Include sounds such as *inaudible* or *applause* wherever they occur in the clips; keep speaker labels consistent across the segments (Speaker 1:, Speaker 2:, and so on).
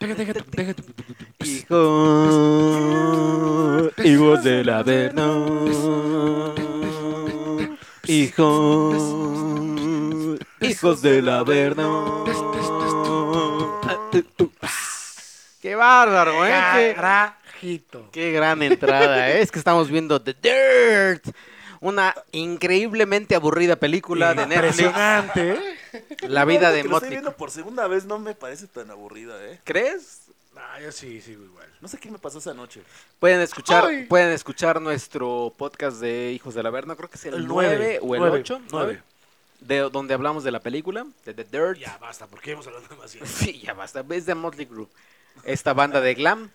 Speaker 1: déjate, déjate, déjate.
Speaker 2: Hijo, hijos del Averno. Hijo, hijos del Averno. Qué bárbaro, ¿eh? Qué-
Speaker 1: Carajito.
Speaker 2: Qué gran entrada, ¿eh? es que estamos viendo The Dirt, una increíblemente aburrida película de Netflix,
Speaker 1: Impresionante, ¿eh?
Speaker 2: La vida
Speaker 3: Ahora
Speaker 2: de
Speaker 3: que lo estoy
Speaker 2: Motley.
Speaker 3: viendo por segunda vez no me parece tan aburrida, ¿eh?
Speaker 2: ¿Crees?
Speaker 1: No, Ah, yo sí, sigo igual.
Speaker 3: No sé qué me pasó esa noche.
Speaker 2: Pueden escuchar,
Speaker 1: Ay.
Speaker 2: pueden escuchar nuestro podcast de Hijos del Averno, creo que es el, 9, o el 8,
Speaker 1: 9.
Speaker 2: de donde hablamos de la película, de The Dirt.
Speaker 1: Ya basta, porque hemos hablado demasiado.
Speaker 2: *laughs* Sí, ya basta, es de Motley Crue, esta banda de glam.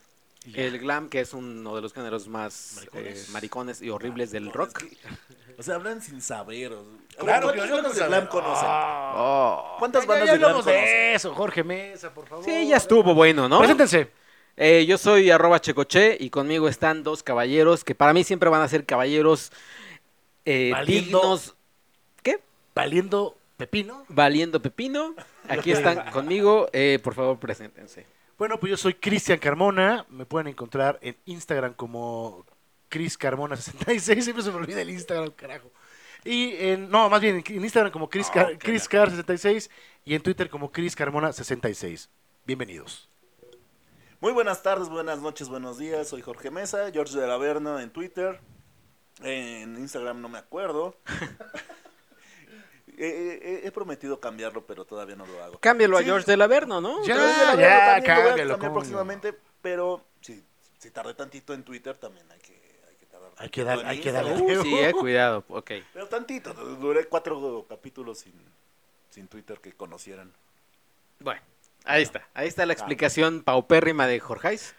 Speaker 2: El glam, que es uno de los géneros más eh, maricones,
Speaker 1: Maricones.
Speaker 2: y horribles del rock.
Speaker 3: O sea, hablan sin saber. o sea,
Speaker 1: Claro,
Speaker 3: ¿Cuántas
Speaker 1: yo no
Speaker 3: bandas de
Speaker 1: sé. Ah.
Speaker 3: glam conocen?
Speaker 2: Oh.
Speaker 3: ¿Cuántas
Speaker 1: Ya-
Speaker 3: bandas
Speaker 1: ya
Speaker 3: de glam
Speaker 1: hablamos
Speaker 3: conocen?
Speaker 1: de eso, Jorge Mesa, por favor.
Speaker 2: Sí, ya estuvo bueno, ¿no?
Speaker 1: Preséntense.
Speaker 2: Eh, yo soy arroba checoche y conmigo están dos caballeros que para mí siempre van a ser caballeros eh,
Speaker 1: Valiendo.
Speaker 2: dignos,
Speaker 1: Valiendo Pepino.
Speaker 2: valiendo pepino. Aquí están conmigo, eh, por favor, preséntense.
Speaker 1: Bueno, pues yo soy Cristian Carmona. Me pueden encontrar en Instagram como Cris Carmona66. Siempre se me olvida el Instagram, carajo. Y en, no, más bien en Instagram como Chris, Car- Chris Car66 y en Twitter como Chris Carmona66. Bienvenidos.
Speaker 3: Muy buenas tardes, buenas noches, buenos días. Soy Jorge Mesa, George de la Verna en Twitter. En Instagram no
Speaker 1: *laughs*
Speaker 3: me acuerdo. Eh, eh, eh, he prometido cambiarlo, pero todavía no lo hago.
Speaker 2: Cámbialo a
Speaker 3: Sí.
Speaker 2: George de la Verno, ¿no?
Speaker 1: Ya,
Speaker 3: Pero desde la
Speaker 1: Ah, ya,
Speaker 3: verdad también lo voy a
Speaker 1: cámbialo,
Speaker 3: cambiar
Speaker 1: coño.
Speaker 3: próximamente, pero si, si tardé tantito en Twitter, también hay que, hay que tardar.
Speaker 1: Hay que
Speaker 3: tantito
Speaker 1: dar-
Speaker 3: en
Speaker 1: hay que
Speaker 3: Instagram.
Speaker 1: darle.
Speaker 2: Uh, sí, *laughs* eh, cuidado, ok.
Speaker 3: Pero tantito, duré cuatro capítulos sin, sin Twitter que conocieran.
Speaker 2: Bueno, ahí está. Ahí está la explicación paupérrima de Jorgeis.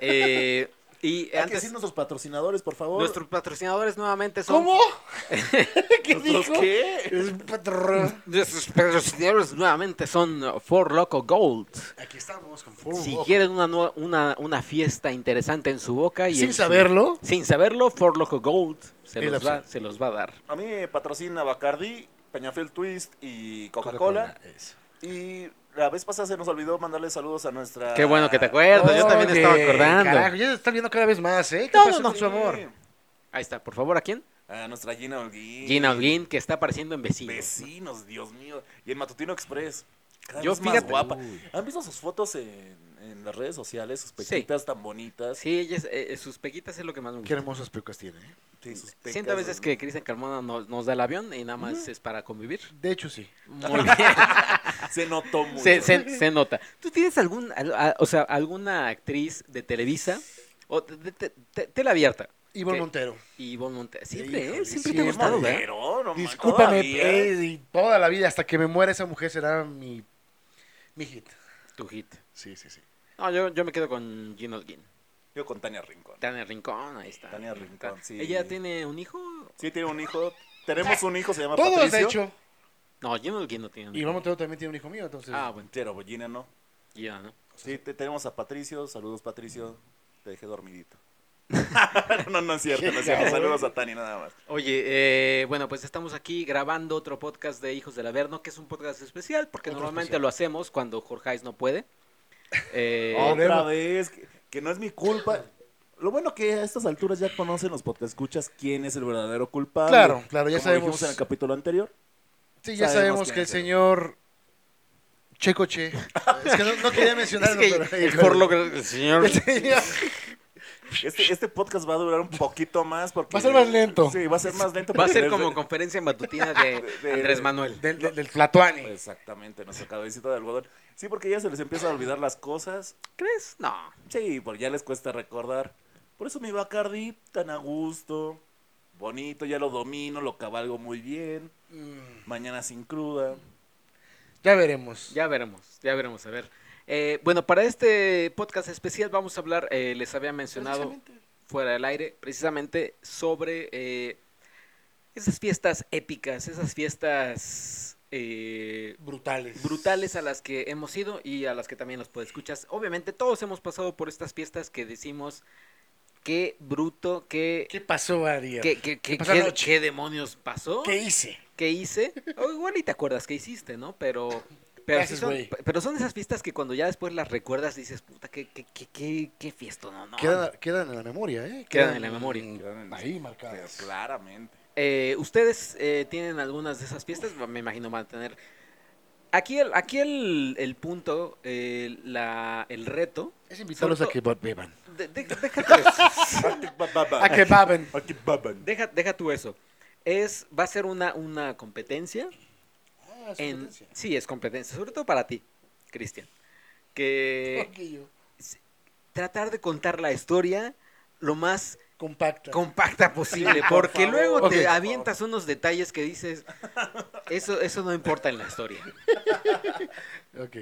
Speaker 2: Eh, *laughs* y
Speaker 3: Hay que
Speaker 2: antes,
Speaker 3: decir nuestros patrocinadores, por favor.
Speaker 2: nuestros patrocinadores nuevamente son...
Speaker 1: *laughs* ¿Qué
Speaker 3: ¿Nuestros qué?
Speaker 2: Nuestros patrocinadores nuevamente son For Loco Gold.
Speaker 1: Aquí estamos con Furbo.
Speaker 2: Si quieren una, nue- una, una fiesta interesante en su boca y en
Speaker 1: Sin
Speaker 2: su-
Speaker 1: saberlo.
Speaker 2: sin saberlo, For Loco Gold se
Speaker 1: Es
Speaker 2: los,
Speaker 1: la
Speaker 2: va,
Speaker 1: opción.
Speaker 2: se los va a dar.
Speaker 3: A mí me patrocina Bacardi, Peñafiel Twist y Coca-Cola.
Speaker 1: es.
Speaker 3: y la vez pasada se nos olvidó mandarle saludos a nuestra...
Speaker 2: Qué bueno que te acuerdas, yo también
Speaker 1: Oye,
Speaker 2: estaba acordando.
Speaker 1: Carajo, ya se están viendo cada vez más, ¿eh? ¿Qué
Speaker 2: No,
Speaker 1: pasó
Speaker 2: no, no.
Speaker 1: con su amor?
Speaker 2: Ahí está, por favor, ¿a quién?
Speaker 3: A nuestra Gina
Speaker 1: Eh,
Speaker 3: Holguín.
Speaker 2: Gina Holguín, que está apareciendo en vecinos.
Speaker 3: Vecinos, Dios mío. Y el Matutino Express. Cada
Speaker 2: Yo,
Speaker 3: vez más
Speaker 2: fíjate-
Speaker 3: guapa. ¿Han visto sus fotos en, en las redes sociales? Sus pequitas tan bonitas.
Speaker 2: Sí, ella es- eh, eh, sus pequitas es lo que más me
Speaker 1: Qué
Speaker 2: gusta.
Speaker 1: hermosas pelucas tiene, ¿eh?
Speaker 3: Sí, sus pecas,
Speaker 2: Siento a veces
Speaker 3: ¿no?
Speaker 2: que Cristian Carmona nos, nos da el avión y nada más es para convivir.
Speaker 1: De hecho, sí.
Speaker 3: *laughs*
Speaker 2: Muy bien.
Speaker 3: Se notó mucho.
Speaker 2: se, se- se nota. ¿Tú tienes algún, al- a- o sea, alguna actriz de Televisa o de- de- de- te- tela abierta?
Speaker 1: Ivonne
Speaker 2: ¿Qué?
Speaker 1: Montero.
Speaker 2: Y Ivonne Montero. Siempre,
Speaker 1: Híjole,
Speaker 2: ¿eh? Siempre te
Speaker 1: siempre.
Speaker 2: ha gustado, ¿verdad?
Speaker 3: Pero, no, man,
Speaker 1: Discúlpame,
Speaker 3: todavía.
Speaker 1: eh, y toda la vida, hasta que me muera esa mujer será mi, mi hit.
Speaker 2: Tu hit.
Speaker 1: Sí, sí, sí.
Speaker 2: No, yo, yo me quedo con Gino Holguín.
Speaker 3: Yo con Tania Rincón.
Speaker 2: Tania Rincón, ahí está.
Speaker 3: Tania Rincón, sí.
Speaker 2: ¿Ella tiene un hijo?
Speaker 3: Sí, tiene un hijo. Tenemos un hijo, se llama
Speaker 1: Todos,
Speaker 3: Patricio.
Speaker 1: de hecho.
Speaker 2: No, Gino Holguín no tiene un
Speaker 1: Y
Speaker 2: hijo.
Speaker 1: Ivonne Montero también tiene un hijo mío, entonces.
Speaker 2: Ah, bueno,
Speaker 3: Pero Gina no.
Speaker 2: ya, ¿no?
Speaker 3: Sí, te- tenemos a Patricio. Saludos, Patricio. Te
Speaker 1: *laughs*
Speaker 3: dejé dormidito. no, no es cierto, no es cierto. Saludos a Tani, nada más.
Speaker 2: Oye, eh, bueno, pues estamos aquí grabando otro podcast de Hijos del Averno, que es un podcast especial, porque
Speaker 1: Otro
Speaker 2: normalmente
Speaker 1: especial.
Speaker 2: lo hacemos cuando Jorgeis no puede. Eh,
Speaker 1: Oh,
Speaker 3: Otra
Speaker 1: Problema.
Speaker 3: vez, que, que no es mi culpa. Lo bueno que a estas alturas ya conocen los escuchas quién es el verdadero culpable.
Speaker 1: Claro, claro, ya
Speaker 3: Como
Speaker 1: sabemos.
Speaker 3: dijimos en el capítulo anterior.
Speaker 1: sí, ya
Speaker 3: sabemos
Speaker 1: sabemos
Speaker 3: quién
Speaker 1: que el
Speaker 3: es él.
Speaker 1: señor
Speaker 2: *laughs*
Speaker 1: Checoche. es que no, no quería
Speaker 2: es
Speaker 1: mencionarlo,
Speaker 2: que
Speaker 1: pero-
Speaker 2: el *laughs* por lo que- el *laughs*
Speaker 1: *laughs*
Speaker 2: señor
Speaker 1: El señor-
Speaker 3: Este, este podcast va a durar un poquito más porque...
Speaker 1: Va a ser más lento.
Speaker 3: Sí, va a ser más lento.
Speaker 2: Va a
Speaker 3: porque
Speaker 2: ser
Speaker 3: *laughs* desde-
Speaker 2: como conferencia matutina de
Speaker 3: de-
Speaker 2: Andrés Manuel.
Speaker 1: del, del, del Tlatuani.
Speaker 2: Pues,
Speaker 3: Exactamente, nuestra cabecita de algodón. Sí, porque ya se les empieza a olvidar las cosas.
Speaker 2: ¿Crees? No.
Speaker 3: Sí, porque ya les cuesta recordar. Por eso mi Bacardi tan a gusto, bonito, ya lo domino, lo cabalgo muy bien.
Speaker 1: Mm,
Speaker 3: Mañana sin cruda.
Speaker 1: Ya veremos.
Speaker 2: Ya veremos, ya veremos, a ver. Eh, bueno, para este podcast especial vamos a hablar, eh, les había mencionado fuera del aire, precisamente sobre eh, esas fiestas épicas, esas fiestas eh,
Speaker 1: Brutales.
Speaker 2: brutales a las que hemos ido y a las que también los escuchas. Obviamente todos hemos pasado por estas fiestas que decimos, qué bruto, qué...
Speaker 1: ¿Qué pasó, Ariel?
Speaker 2: ¿Qué, qué, qué,
Speaker 1: pasó
Speaker 2: qué-
Speaker 1: anoche?
Speaker 2: qué demonios pasó?
Speaker 1: ¿Qué hice?
Speaker 2: que hice, o igual y te acuerdas que hiciste, ¿no? Pero Pero, sí
Speaker 1: Gracias,
Speaker 2: son,
Speaker 1: güey.
Speaker 2: pe- pero son esas fiestas que cuando ya después las recuerdas dices, puta, qué, qué, qué, qué, qué fiesto, no, no.
Speaker 1: Quedan, quedan en la memoria, ¿eh?
Speaker 2: Quedan en la memoria.
Speaker 3: Quedan en-
Speaker 1: Ahí marcadas.
Speaker 3: Claramente.
Speaker 2: Eh, ¿Ustedes eh, tienen algunas de esas fiestas? Me imagino van a tener. Aquí el, aquí el, el punto, eh, la, el reto.
Speaker 1: Es invitarlos a
Speaker 2: Sobre
Speaker 1: que beban.
Speaker 2: de- de- deja, tú
Speaker 1: *laughs*
Speaker 2: eso,
Speaker 3: Ah,
Speaker 1: A Ah, que baben. Ah,
Speaker 3: Aquí baban.
Speaker 2: deja, deja tú eso. Es, va a ser una, una competencia.
Speaker 1: Ah, es
Speaker 2: en-
Speaker 1: competencia.
Speaker 2: sí, es competencia. Sobre todo para ti, Cristian.
Speaker 3: eh,
Speaker 1: *laughs*
Speaker 2: Que
Speaker 1: Ok, yo.
Speaker 2: tratar de contar la historia lo más
Speaker 1: Compacta.
Speaker 2: compacta posible,
Speaker 3: Sí, por
Speaker 2: porque
Speaker 3: favor.
Speaker 2: luego
Speaker 1: Ok.
Speaker 2: te avientas unos detalles que dices, eso, eso no importa en la historia.
Speaker 1: Ok.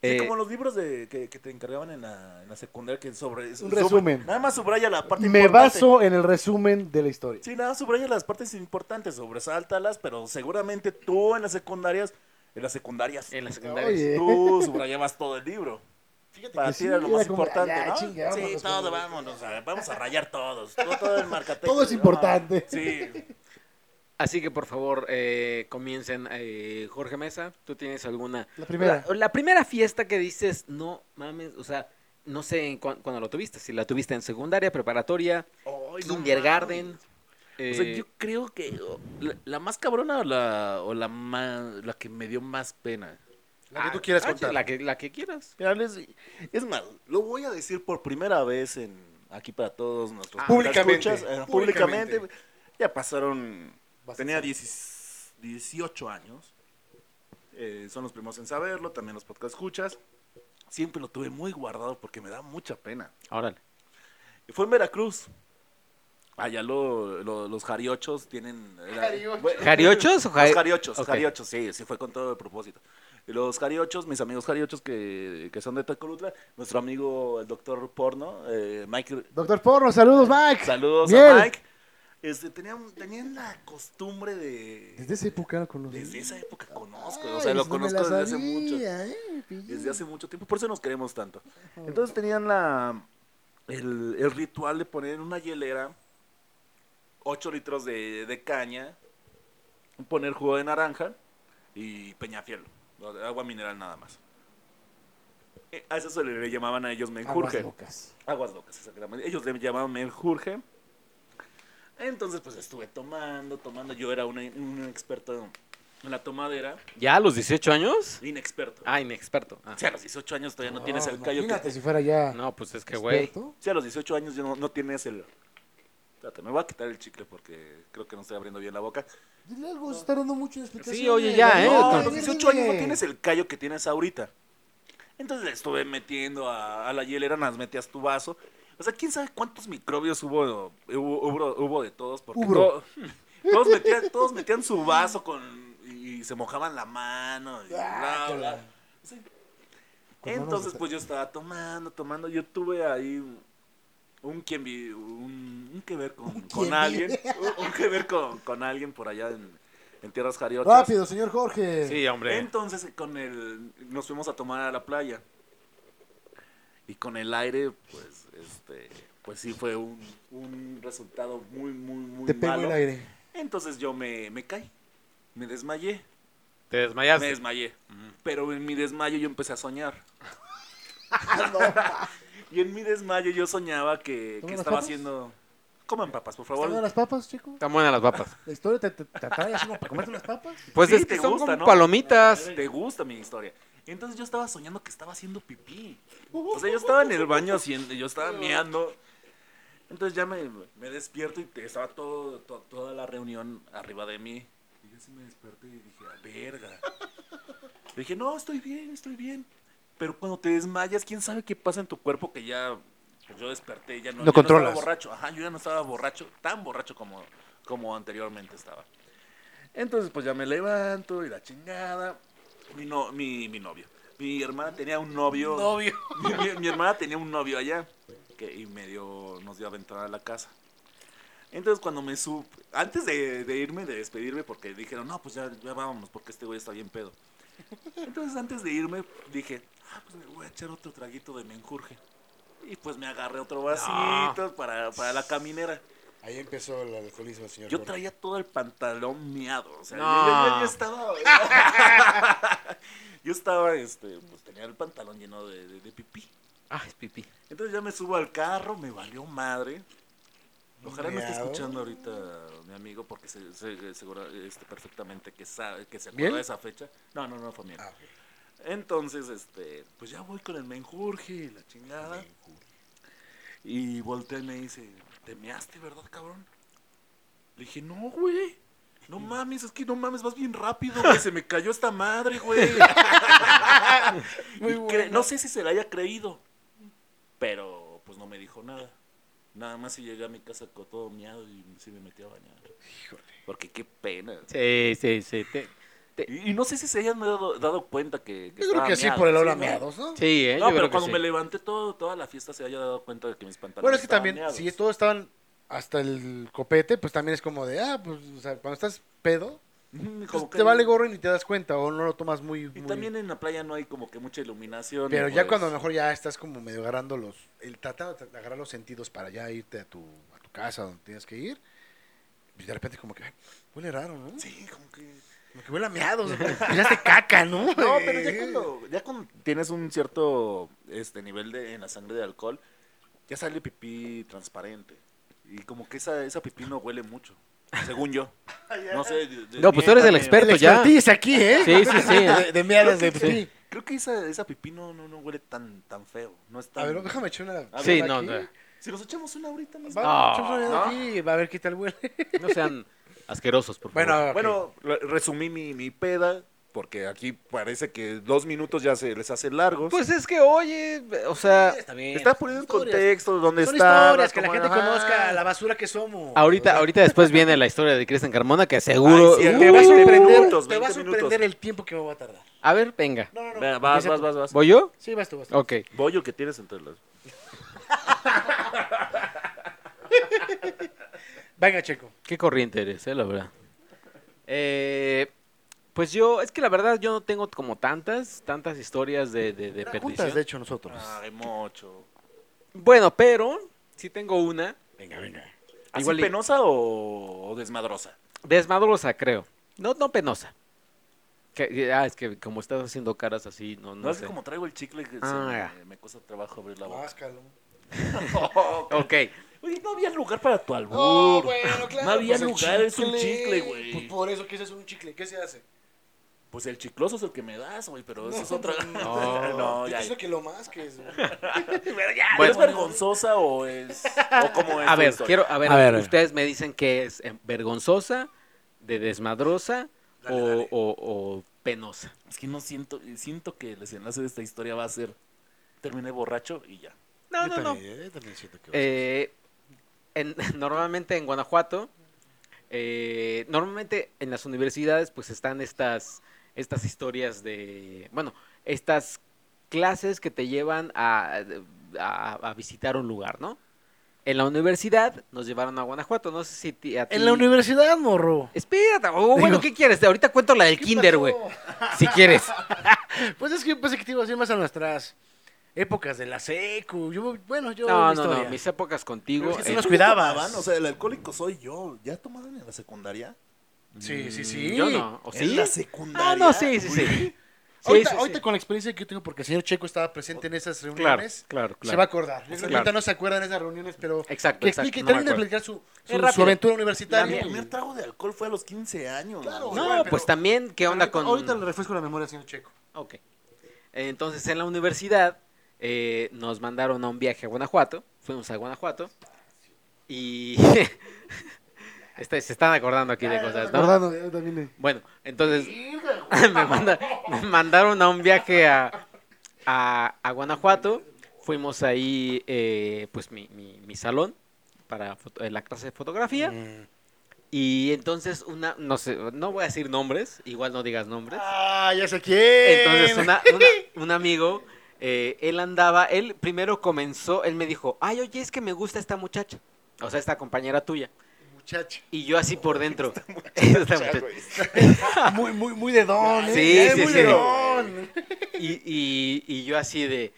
Speaker 3: Sí,
Speaker 2: Eh,
Speaker 3: como los libros de, que, que te encargaban en la, en la secundaria, que sobre...
Speaker 1: Un
Speaker 3: sobre-
Speaker 1: resumen.
Speaker 3: nada más subraya la parte
Speaker 1: Me
Speaker 3: importante.
Speaker 1: baso en el resumen de la historia.
Speaker 3: Sí, nada, subraya las partes importantes, sobresáltalas, pero seguramente tú en las secundarias, en las secundarias, Pues
Speaker 2: en la secundaria.
Speaker 1: Oye.
Speaker 3: tú subrayabas todo el libro. Para
Speaker 1: que
Speaker 3: ti
Speaker 1: sí,
Speaker 3: era lo
Speaker 1: era
Speaker 3: más
Speaker 1: como,
Speaker 3: importante,
Speaker 1: "Ah, ya,
Speaker 3: ¿no?
Speaker 1: chinga,
Speaker 3: sí,
Speaker 1: vámonos,
Speaker 3: todo,
Speaker 1: vámonos".
Speaker 3: vámonos, a ver, vamos a rayar todos, todo, todo el marcatexto.
Speaker 1: Todo es
Speaker 3: ¿no?
Speaker 1: importante.
Speaker 3: Sí.
Speaker 2: Así que por favor, eh, comiencen. eh, Jorge Mesa, ¿tú tienes alguna?
Speaker 1: La primera.
Speaker 2: La, la primera fiesta que dices, no mames, o sea, no sé en cuán- cuándo lo tuviste, si la tuviste en secundaria, preparatoria,
Speaker 3: Ay, no
Speaker 2: kindergarten.
Speaker 3: mames. O sea,
Speaker 2: eh,
Speaker 4: yo creo que o, la, la más cabrona o la, o la, ma- la que me dio más pena.
Speaker 1: La que
Speaker 2: ah,
Speaker 1: tú quieras
Speaker 2: ah,
Speaker 1: contar.
Speaker 2: La que, la que quieras.
Speaker 3: Mira, les- es más, lo voy a decir por primera vez en aquí para todos nuestros
Speaker 2: Ah,
Speaker 1: públicamente,
Speaker 3: escuchas, eh,
Speaker 1: públicamente.
Speaker 3: públicamente. Ya pasaron,
Speaker 1: Bastante.
Speaker 3: tenía 10 18 años. Eh, son los primeros en saberlo, también los podcast escuchas. Siempre lo tuve muy guardado porque me da mucha pena.
Speaker 2: Órale.
Speaker 3: Fue en Veracruz. Allá lo- lo- los jariochos tienen... era-
Speaker 1: ¿Jariochos?
Speaker 3: bueno,
Speaker 2: *laughs* ¿Jariochos o ja-
Speaker 3: Los jariochos,
Speaker 2: Ok.
Speaker 3: jariochos, sí, sí fue con todo el propósito. Los jariochos, mis amigos jariochos que, que son de Tacolutla, nuestro amigo el doctor porno, eh, Mike,
Speaker 1: Doctor Porno, saludos, Mike.
Speaker 3: saludos
Speaker 1: Miel.
Speaker 3: a Mike. Este, tenían, tenían la costumbre de...
Speaker 1: Desde esa época lo conocí.
Speaker 3: Desde esa época conozco, o sea, lo conozco desde hace mucho
Speaker 1: ¿eh?
Speaker 3: desde hace mucho tiempo, por eso nos queremos tanto. Entonces tenían la el, el ritual de poner en una hielera 8 litros de, de caña, poner jugo de naranja y peñafiel, o de agua mineral nada más. Eh, A eso se le, le llamaban a ellos menjurje. Aguas locas, exactamente. Ellos le llamaban menjurje. Entonces, pues estuve tomando, tomando. Yo era un, un experto en la tomadera.
Speaker 2: ¿Ya a los 18 años?
Speaker 3: Inexperto.
Speaker 2: Ah, inexperto. Ah.
Speaker 3: O sea, a los 18 años todavía no, tienes el callo que...
Speaker 1: Imagínate si fuera
Speaker 5: Ah,
Speaker 1: ya.
Speaker 2: No, pues es que, güey.
Speaker 1: experto.
Speaker 3: Sí, a los 18 años ya no, no tienes el... Espérate, me voy a quitar el chicle porque creo que no estoy abriendo bien la boca.
Speaker 1: Dile algo, se está dando mucho en explicaciones.
Speaker 2: Sí, oye, ya, ¿eh?
Speaker 3: No,
Speaker 2: Con
Speaker 3: a los
Speaker 1: dile,
Speaker 3: 18 años no
Speaker 1: dile.
Speaker 3: tienes el callo que tienes ahorita. Entonces le estuve metiendo a, a la hielera, las metías tu vaso. O sea, quién sabe cuántos microbios hubo, hubo, hubo- hubo de todos. Porque
Speaker 1: Hubro.
Speaker 3: to- *laughs* todos, metían, todos metían su vaso con y se mojaban la mano. Y bla,
Speaker 1: Ah,
Speaker 3: bla.
Speaker 1: caray.
Speaker 3: Sí.
Speaker 1: Cuando
Speaker 3: Entonces,
Speaker 1: nos-
Speaker 3: pues yo estaba tomando, tomando. Yo tuve ahí un- un quien vi- un, un que ver con, con
Speaker 1: quien vi-
Speaker 3: alguien. Un, un que ver con, con alguien por allá en, en Tierras Jariotas.
Speaker 1: Rápido, señor Jorge.
Speaker 2: Sí, hombre.
Speaker 3: Entonces con el nos fuimos a tomar a la playa. Y con el aire, pues, este, pues sí fue un, un resultado muy, muy, muy
Speaker 1: Te pego
Speaker 3: malo.
Speaker 1: el aire.
Speaker 3: Entonces yo me, me caí. Me desmayé.
Speaker 2: Te
Speaker 3: Me
Speaker 2: desmayaste.
Speaker 3: desmayé. Pero en mi desmayo yo empecé
Speaker 1: *laughs*
Speaker 3: a soñar. y en mi desmayo yo soñaba que, que
Speaker 1: ¿Toman las
Speaker 3: estaba
Speaker 1: papas?
Speaker 3: haciendo. Coman papas, por favor.
Speaker 1: ¿Están de las papas, chico?
Speaker 2: Están buenas las papas.
Speaker 1: ¿La historia te, te, te atrae así como para comerte unas papas?
Speaker 2: Pues
Speaker 3: Sí,
Speaker 2: es que
Speaker 3: te
Speaker 2: son
Speaker 3: gusta,
Speaker 2: como
Speaker 3: ¿no?
Speaker 2: palomitas.
Speaker 3: Te gusta mi historia. Entonces yo estaba soñando que estaba haciendo pipí. O sea, yo estaba en el baño haciendo, yo estaba meando. Entonces ya me, me despierto y te- estaba todo, to- toda la reunión arriba de mí. Y yo sí me desperté y dije, "Ah, verga. Le dije, no, estoy bien, estoy bien. Pero cuando te desmayas, quién sabe qué pasa en tu cuerpo que ya pues, yo desperté, ya no,
Speaker 1: No
Speaker 3: ya no
Speaker 1: controlas.
Speaker 3: estaba borracho. Ajá, yo ya no estaba borracho, tan borracho como, como anteriormente estaba. Entonces, pues ya me levanto y la chingada. Mi, no, mi, mi novio. Mi hermana tenía un novio. *laughs* Mi, mi- mi hermana tenía un novio allá. Que, y medio nos dio aventada a la casa. Entonces, cuando me sub. Antes de, de irme, de despedirme, porque dijeron, no, pues ya, ya vámonos, porque este güey está bien pedo. Entonces, antes de irme, dije, ah, pues me voy a echar otro traguito de menjurje. Y pues me agarré otro vasito para, para la caminera.
Speaker 5: Ahí empezó el alcoholismo, señor.
Speaker 3: Yo
Speaker 5: Gordo.
Speaker 3: traía todo el pantalón miado. O sea,
Speaker 2: No.
Speaker 3: yo, yo- yo- yo estaba. *laughs* yo estaba, este, pues tenía el pantalón lleno de, de- de pipí.
Speaker 2: Ah, es pipí.
Speaker 3: Entonces ya me subo al carro, me valió madre. Ojalá me esté
Speaker 5: Miado.
Speaker 3: escuchando ahorita mi amigo, porque se, se- seguro, este, perfectamente que sabe, que se acuerda
Speaker 1: ¿Miel?
Speaker 3: de esa fecha. No, no, no fue miel.
Speaker 5: Ah,
Speaker 3: Entonces, este, pues ya voy con el menjurje y la chingada. Y volteé y me dice, ¿te measte, verdad, cabrón? Le dije, no, güey. No mames, es que no mames, vas bien rápido, güey. Se me cayó esta madre, güey.
Speaker 5: Muy
Speaker 3: Y cre-
Speaker 5: bueno.
Speaker 3: No sé si se la haya creído, pero pues no me dijo nada. Nada más si llegué a mi casa con todo miado y sí me metí a bañar. Porque qué pena.
Speaker 2: Sí, sí, sí. te-
Speaker 3: Y, y no sé si se hayan dado, dado cuenta que, que
Speaker 5: Yo creo
Speaker 3: estaba
Speaker 5: que sí,
Speaker 3: miado.
Speaker 5: por el olor a
Speaker 3: ¿no?
Speaker 5: miados, ¿no?
Speaker 2: Sí, ¿eh? Yo
Speaker 3: No, pero
Speaker 2: creo que
Speaker 3: cuando
Speaker 2: sí.
Speaker 3: me levanté todo, toda la fiesta se haya dado cuenta de que mis pantalones
Speaker 1: Bueno, es que
Speaker 3: estaban
Speaker 1: también,
Speaker 3: meados.
Speaker 1: si todos estaban hasta el copete, pues también es como de, ah, pues, o sea, cuando estás pedo,
Speaker 3: Mm,
Speaker 1: pues,
Speaker 3: como que-
Speaker 1: te vale gorro y ni te das cuenta, o no lo tomas muy...
Speaker 3: Y
Speaker 1: muy-
Speaker 3: también en la playa no hay como que mucha iluminación.
Speaker 1: Pero
Speaker 3: y
Speaker 1: ya
Speaker 3: pues-
Speaker 1: cuando a lo mejor ya estás como medio agarrando los, el tratado de agarrar los sentidos para ya irte a tu, a tu casa donde tienes que ir, pues de repente como que ay, huele raro, ¿no?
Speaker 3: Sí, como que...
Speaker 1: Como que huele a meado, o sea, ya se caca, ¿no?
Speaker 3: No, pero ya cuando, ya cuando tienes un cierto este nivel de, en la sangre de alcohol, ya sale pipí transparente. Y como que esa, esa pipí no huele mucho,
Speaker 1: *laughs*
Speaker 3: según yo. No sé. de- de-
Speaker 2: No, pues tú eres el
Speaker 3: miéntame.
Speaker 2: experto
Speaker 1: El
Speaker 2: ya.
Speaker 1: expertise aquí, ¿eh?
Speaker 2: Sí, sí,
Speaker 1: *laughs*
Speaker 2: sí.
Speaker 5: De, de miadas de
Speaker 3: Creo que,
Speaker 5: pipí.
Speaker 3: creo que esa, esa pipí no, no, no huele tan, tan feo. No es tan...
Speaker 1: A ver, déjame echar una...
Speaker 3: A ver,
Speaker 2: Sí,
Speaker 1: una
Speaker 2: no,
Speaker 1: aquí.
Speaker 2: no,
Speaker 3: Si nos echamos una ahorita mismo.
Speaker 1: Va,
Speaker 2: No,
Speaker 1: echamos una
Speaker 2: no.
Speaker 1: aquí, va a ver qué tal huele.
Speaker 2: no sean asquerosos, por favor.
Speaker 1: Bueno, ok.
Speaker 3: Ah, Bueno, re- resumí mi, mi peda, porque aquí parece que dos minutos ya se les hace largos.
Speaker 2: pues es que, oye, o sea,
Speaker 3: está poniendo en
Speaker 5: historias.
Speaker 3: contexto dónde
Speaker 1: Son
Speaker 3: está.
Speaker 1: historias que la gente conozca la basura que somos.
Speaker 2: ahorita, ahorita después viene la historia de Cristian Carmona que seguro...
Speaker 3: Ay, sí,
Speaker 1: Te
Speaker 3: acá
Speaker 1: va a
Speaker 3: Uh,
Speaker 1: sorprender,
Speaker 3: minutos,
Speaker 1: te va a
Speaker 3: 20 minutos.
Speaker 1: sorprender el tiempo que me va a tardar.
Speaker 2: A ver, venga.
Speaker 1: No, no, no.
Speaker 4: Venga, vas,
Speaker 1: empieza
Speaker 4: vas,
Speaker 1: tú.
Speaker 4: vas, vas.
Speaker 2: ¿Voy yo?
Speaker 1: Sí, vas tú, vas tú.
Speaker 2: Ok.
Speaker 4: Bollo que tienes entre las.
Speaker 1: Venga, Checo.
Speaker 2: Qué corriente eres, eh, la verdad. Eh, pues yo, es que la verdad yo no tengo como tantas, tantas historias de, de, de perdición.
Speaker 1: Juntas, de hecho, nosotros.
Speaker 5: Ah,
Speaker 3: Ay, Ah, mocho.
Speaker 2: Bueno, pero sí tengo una
Speaker 1: Venga, venga.
Speaker 3: ¿Así
Speaker 2: Igual y-
Speaker 3: penosa o, o desmadrosa?
Speaker 2: desmadrosa, creo. No, no penosa. Que- ah, es que como estás haciendo caras así, no,
Speaker 3: No,
Speaker 2: no,
Speaker 3: es que
Speaker 2: sé.
Speaker 3: como traigo el chicle que se
Speaker 2: Ah,
Speaker 3: me, me cuesta trabajo abrir la boca.
Speaker 5: Máscalo.
Speaker 3: *laughs*
Speaker 2: Ok.
Speaker 3: Oye, no había lugar para tu albur.
Speaker 5: Oh, bueno, claro.
Speaker 3: No había
Speaker 5: pues el
Speaker 3: lugar, es un chicle, güey.
Speaker 5: Pues por eso que ese es un chicle. ¿Qué se hace?
Speaker 3: Pues el chicloso es el que me das, güey, pero eso es otra.
Speaker 2: *laughs* No.
Speaker 3: *laughs* no
Speaker 5: Yo
Speaker 3: ya.
Speaker 5: pienso que lo más que es. güey.
Speaker 3: ¿Pero ¿Es
Speaker 2: Bueno.
Speaker 3: vergonzosa o es.? O cómo es
Speaker 2: A
Speaker 3: tu
Speaker 2: ver,
Speaker 3: historia?
Speaker 2: quiero, a ver,
Speaker 1: A ver.
Speaker 2: ustedes me dicen que es eh, vergonzosa, de desmadrosa o, o- o penosa.
Speaker 3: Es que no siento. Siento que el desenlace de esta historia va a ser. Terminé borracho y ya.
Speaker 2: No, no, no. Eh, en- *laughs* normalmente en Guanajuato, eh, normalmente en las universidades, pues están estas, estas historias de, bueno, estas clases que te llevan a, a- a visitar un lugar, ¿no? En la universidad nos llevaron a Guanajuato, no sé si ti- a ti...
Speaker 1: En la universidad, morro.
Speaker 2: Espérate, oh, bueno, ¿qué quieres? Ahorita cuento la del kinder, güey, si quieres.
Speaker 1: Pues es que pensé que te iba a decir más a nuestras épocas de la secu. Yo, bueno, yo.
Speaker 2: No,
Speaker 1: mi
Speaker 2: no,
Speaker 1: historia.
Speaker 2: no, mis épocas contigo...
Speaker 1: Pero es que
Speaker 2: eh,
Speaker 1: nos cuidabas.
Speaker 3: tomaban? O sea, el alcohólico soy yo. ¿Ya tomaban en la secundaria?
Speaker 1: Sí, sí, sí.
Speaker 2: Yo no, ¿o sí?
Speaker 3: ¿En la secundaria?
Speaker 2: Ah, no, sí, sí, sí. sí,
Speaker 1: ahorita
Speaker 2: sí, sí.
Speaker 1: ahorita con la experiencia que yo tengo, porque el señor Checo estaba presente en esas
Speaker 2: Claro,
Speaker 1: reuniones,
Speaker 2: claro,
Speaker 1: se va a
Speaker 2: claro.
Speaker 1: acordar. Yo creo que
Speaker 2: Claro.
Speaker 1: ahorita no se acuerdan de esas reuniones, pero
Speaker 2: Exacto,
Speaker 1: que
Speaker 2: exacto.
Speaker 1: explique,
Speaker 2: no me
Speaker 1: termine de
Speaker 2: acuerdo.
Speaker 1: explicar su,
Speaker 2: Es
Speaker 1: su- su
Speaker 2: rápido.
Speaker 1: aventura
Speaker 3: Mi
Speaker 1: universitaria.
Speaker 3: primer trago de alcohol fue a los 15 años.
Speaker 1: Claro,
Speaker 2: No,
Speaker 1: Igual, pero-
Speaker 2: pues también, ¿qué onda
Speaker 1: Ahorita-
Speaker 2: con...?
Speaker 1: Ahorita le refresco la memoria al señor Checo.
Speaker 2: Ok. Entonces, en la universidad eh, nos mandaron a un viaje a Guanajuato. Fuimos a Guanajuato. Y... *laughs* Este- se están acordando aquí de cosas, ¿no?
Speaker 1: Acordando, yo también
Speaker 2: *laughs*
Speaker 1: le-
Speaker 2: Bueno, entonces *laughs* me, manda- me mandaron a un viaje a, a- a Guanajuato. Fuimos ahí, eh, pues mi, mi- mi salón para foto- eh, la clase de fotografía. Y entonces una, no sé, no voy a decir nombres, igual no digas nombres.
Speaker 1: Ah, ya sé quién.
Speaker 2: Entonces, una- *laughs* una- un amigo, eh, él andaba, él primero comenzó, él me dijo, ay, oye, es que me gusta esta muchacha, o sea, esta compañera tuya.
Speaker 1: Muchacha.
Speaker 2: Y yo así por dentro. *laughs* Esta muchacha.
Speaker 1: Muy, muy, muy de don, ¿eh?
Speaker 2: Sí,
Speaker 1: Eh,
Speaker 2: sí,
Speaker 1: muy
Speaker 2: sí.
Speaker 1: de don.
Speaker 2: Y, y- y yo así de,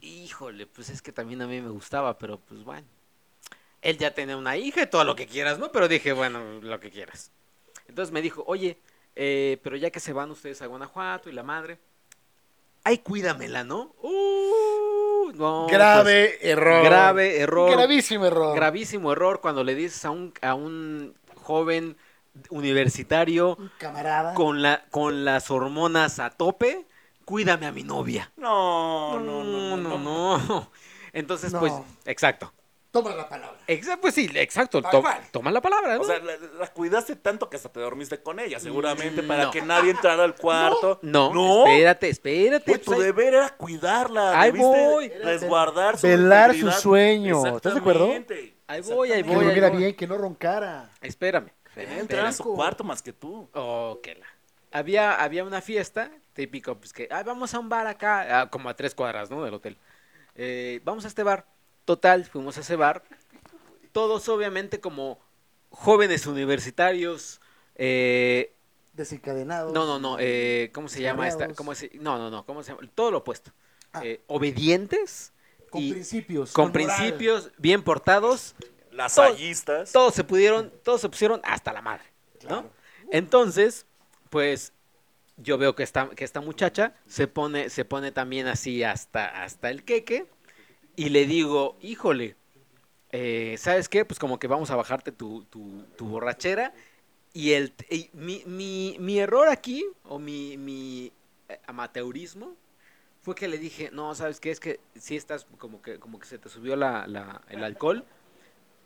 Speaker 2: híjole, pues es que también a mí me gustaba, pero pues bueno. Él ya tenía una hija y todo lo que quieras, ¿no? Pero dije, bueno, lo que quieras. Entonces me dijo, oye, eh, pero ya que se van ustedes a Guanajuato y la madre, ay, cuídamela, ¿no? Uh, no,
Speaker 1: Grave error.
Speaker 2: pues, grave error.
Speaker 5: Gravísimo error.
Speaker 2: Gravísimo error cuando le dices a un, a un joven universitario
Speaker 5: Camarada.
Speaker 2: con, la, con las hormonas a tope, cuídame a mi novia.
Speaker 3: No, no, no, no. no.
Speaker 2: no. Entonces,
Speaker 5: No.
Speaker 2: pues, exacto.
Speaker 5: Toma la palabra.
Speaker 2: Exacto, pues sí, exacto.
Speaker 5: Tal
Speaker 2: to-
Speaker 5: cual.
Speaker 2: toma la palabra, ¿no?
Speaker 3: O sea, la, la cuidaste tanto que hasta te dormiste con ella, seguramente,
Speaker 2: Mm,
Speaker 3: para
Speaker 2: no.
Speaker 3: que nadie entrara al cuarto.
Speaker 2: *laughs* no,
Speaker 3: no.
Speaker 2: espérate, espérate.
Speaker 3: Güey, tu
Speaker 2: pues, ahí-
Speaker 3: deber era cuidarla.
Speaker 2: Ahí
Speaker 3: debiste
Speaker 2: voy.
Speaker 3: Resguardar su
Speaker 1: Velar su
Speaker 3: integridad.
Speaker 1: sueño. ¿Estás de acuerdo?
Speaker 3: Exactamente.
Speaker 2: ahí voy, ahí
Speaker 5: Que
Speaker 2: voy. ahí
Speaker 5: durmiera
Speaker 2: voy.
Speaker 5: bien, que no roncara.
Speaker 2: Espérame.
Speaker 3: Tenía que entrar a su
Speaker 5: Espera.
Speaker 3: cuarto más que tú.
Speaker 2: Oh, que la- Había, había una fiesta, típico, pues que, "Ay, vamos a un bar acá, ah, como a tres cuadras, ¿no? Del hotel. Eh, vamos a este bar. Total, fuimos a ese bar. Todos, obviamente, como jóvenes universitarios. eh,
Speaker 5: Desencadenados.
Speaker 2: no, no, no. eh, ¿Cómo se llama esta?
Speaker 5: Cerrados.
Speaker 2: ¿Cómo se- no, no, no. ¿Cómo se llama? Todo lo opuesto.
Speaker 5: Ah.
Speaker 2: Eh, obedientes.
Speaker 5: Con
Speaker 2: y-
Speaker 5: principios.
Speaker 2: con
Speaker 5: moral.
Speaker 2: principios, bien portados
Speaker 3: Las
Speaker 2: Todo-
Speaker 3: hallistas.
Speaker 2: todos se pudieron, todos se pusieron hasta la madre, ¿no? Entonces, pues yo veo que esta, que esta muchacha se pone, se pone también así hasta, hasta el queque y le digo, híjole, eh, ¿sabes qué? Pues como que vamos a bajarte tu, tu- tu borrachera y el, y mi, mi- mi error aquí, o mi, mi eh, amateurismo, fue que le dije, no, ¿sabes qué? Es que si estás como que, como que se te subió la- la- el alcohol,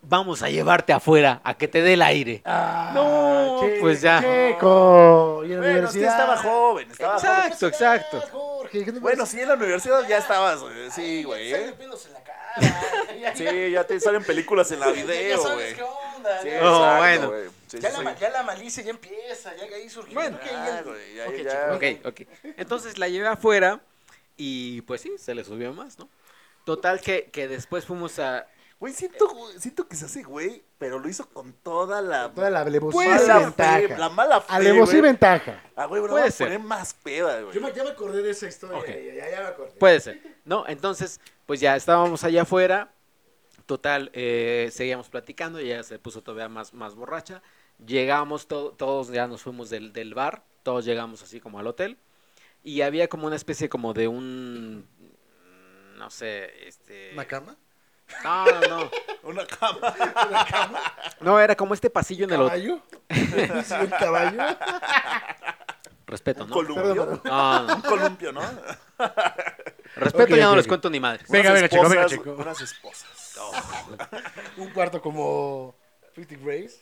Speaker 2: vamos a llevarte afuera a que te dé el aire.
Speaker 5: Ah,
Speaker 2: No,
Speaker 5: che-
Speaker 2: pues ya.
Speaker 5: Checo. Y en la
Speaker 3: Bueno, sí,
Speaker 5: universidad.
Speaker 3: estaba joven. Estaba joven.
Speaker 2: Exacto, exacto.
Speaker 5: Jorge, ¿qué te
Speaker 3: Bueno,
Speaker 5: parece?
Speaker 3: sí, en la universidad ya estabas. eh, Sí, güey.
Speaker 5: Salen
Speaker 3: ¿eh?
Speaker 5: pelos en
Speaker 2: *laughs*
Speaker 5: la cara. Ya- ya-
Speaker 3: Sí, ya te salen películas en la video,
Speaker 5: *laughs* ya
Speaker 3: güey.
Speaker 5: sabes qué onda.
Speaker 3: Sí,
Speaker 5: ya-
Speaker 2: No,
Speaker 3: exacto,
Speaker 2: bueno.
Speaker 3: güey. Sí,
Speaker 5: ya,
Speaker 3: sí,
Speaker 5: la,
Speaker 3: sí.
Speaker 5: ma- ya la malicia ya empieza. Ya que ahí surgió.
Speaker 2: Bueno.
Speaker 5: Creo que ahí
Speaker 3: Ya,
Speaker 5: el-
Speaker 3: güey, ya,
Speaker 5: Ok,
Speaker 3: ya.
Speaker 5: chicos,
Speaker 2: Ok, ok. Entonces la llevé afuera y pues sí, se le subió más, ¿no? Total que, que después fuimos a...
Speaker 3: Güey, siento, güey, siento que se hace, güey, pero lo hizo con toda la,
Speaker 5: Toda la alevosía
Speaker 3: mala
Speaker 5: y
Speaker 3: fe,
Speaker 5: ventaja.
Speaker 3: la mala fe,
Speaker 5: alevosía y
Speaker 3: güey.
Speaker 5: ventaja.
Speaker 3: Ah, güey, me la
Speaker 2: Puede
Speaker 3: voy a
Speaker 2: ser.
Speaker 3: poner más peda, güey.
Speaker 5: Yo me, ya me acordé de esa historia.
Speaker 2: Ok.
Speaker 5: Ya, ya, ya me acordé.
Speaker 2: Puede ser, ¿no? Entonces, pues ya estábamos allá afuera. Total, eh, seguíamos platicando, ella se puso todavía más, más borracha. Llegamos, to- todos ya nos fuimos del, del bar, todos llegamos así como al hotel. Y había como una especie como de un... mm, No sé, este...
Speaker 5: ¿Una cama?
Speaker 2: No, no, no.
Speaker 3: *laughs* Una cama.
Speaker 2: No, era como este pasillo en el hotel.
Speaker 5: ¿Caballo? ¿Sí, ¿Un caballo?
Speaker 2: Respeto,
Speaker 3: Un
Speaker 2: ¿no?
Speaker 3: columpio.
Speaker 2: No, no, no.
Speaker 3: Un
Speaker 2: *laughs*
Speaker 3: columpio, ¿no?
Speaker 2: Respeto
Speaker 1: Ok,
Speaker 2: ya no
Speaker 1: ok,
Speaker 2: les
Speaker 1: ok.
Speaker 2: cuento ni madres.
Speaker 1: Venga,
Speaker 3: Unas
Speaker 1: venga, chico, venga,
Speaker 3: esposas,
Speaker 1: chico.
Speaker 3: Unas esposas.
Speaker 5: ¿Un cuarto como Pretty Grace?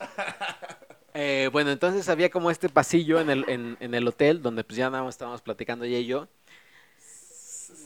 Speaker 2: Eh, bueno, entonces había como este pasillo en el, en, en el hotel donde pues ya nada más estábamos platicando ella y yo.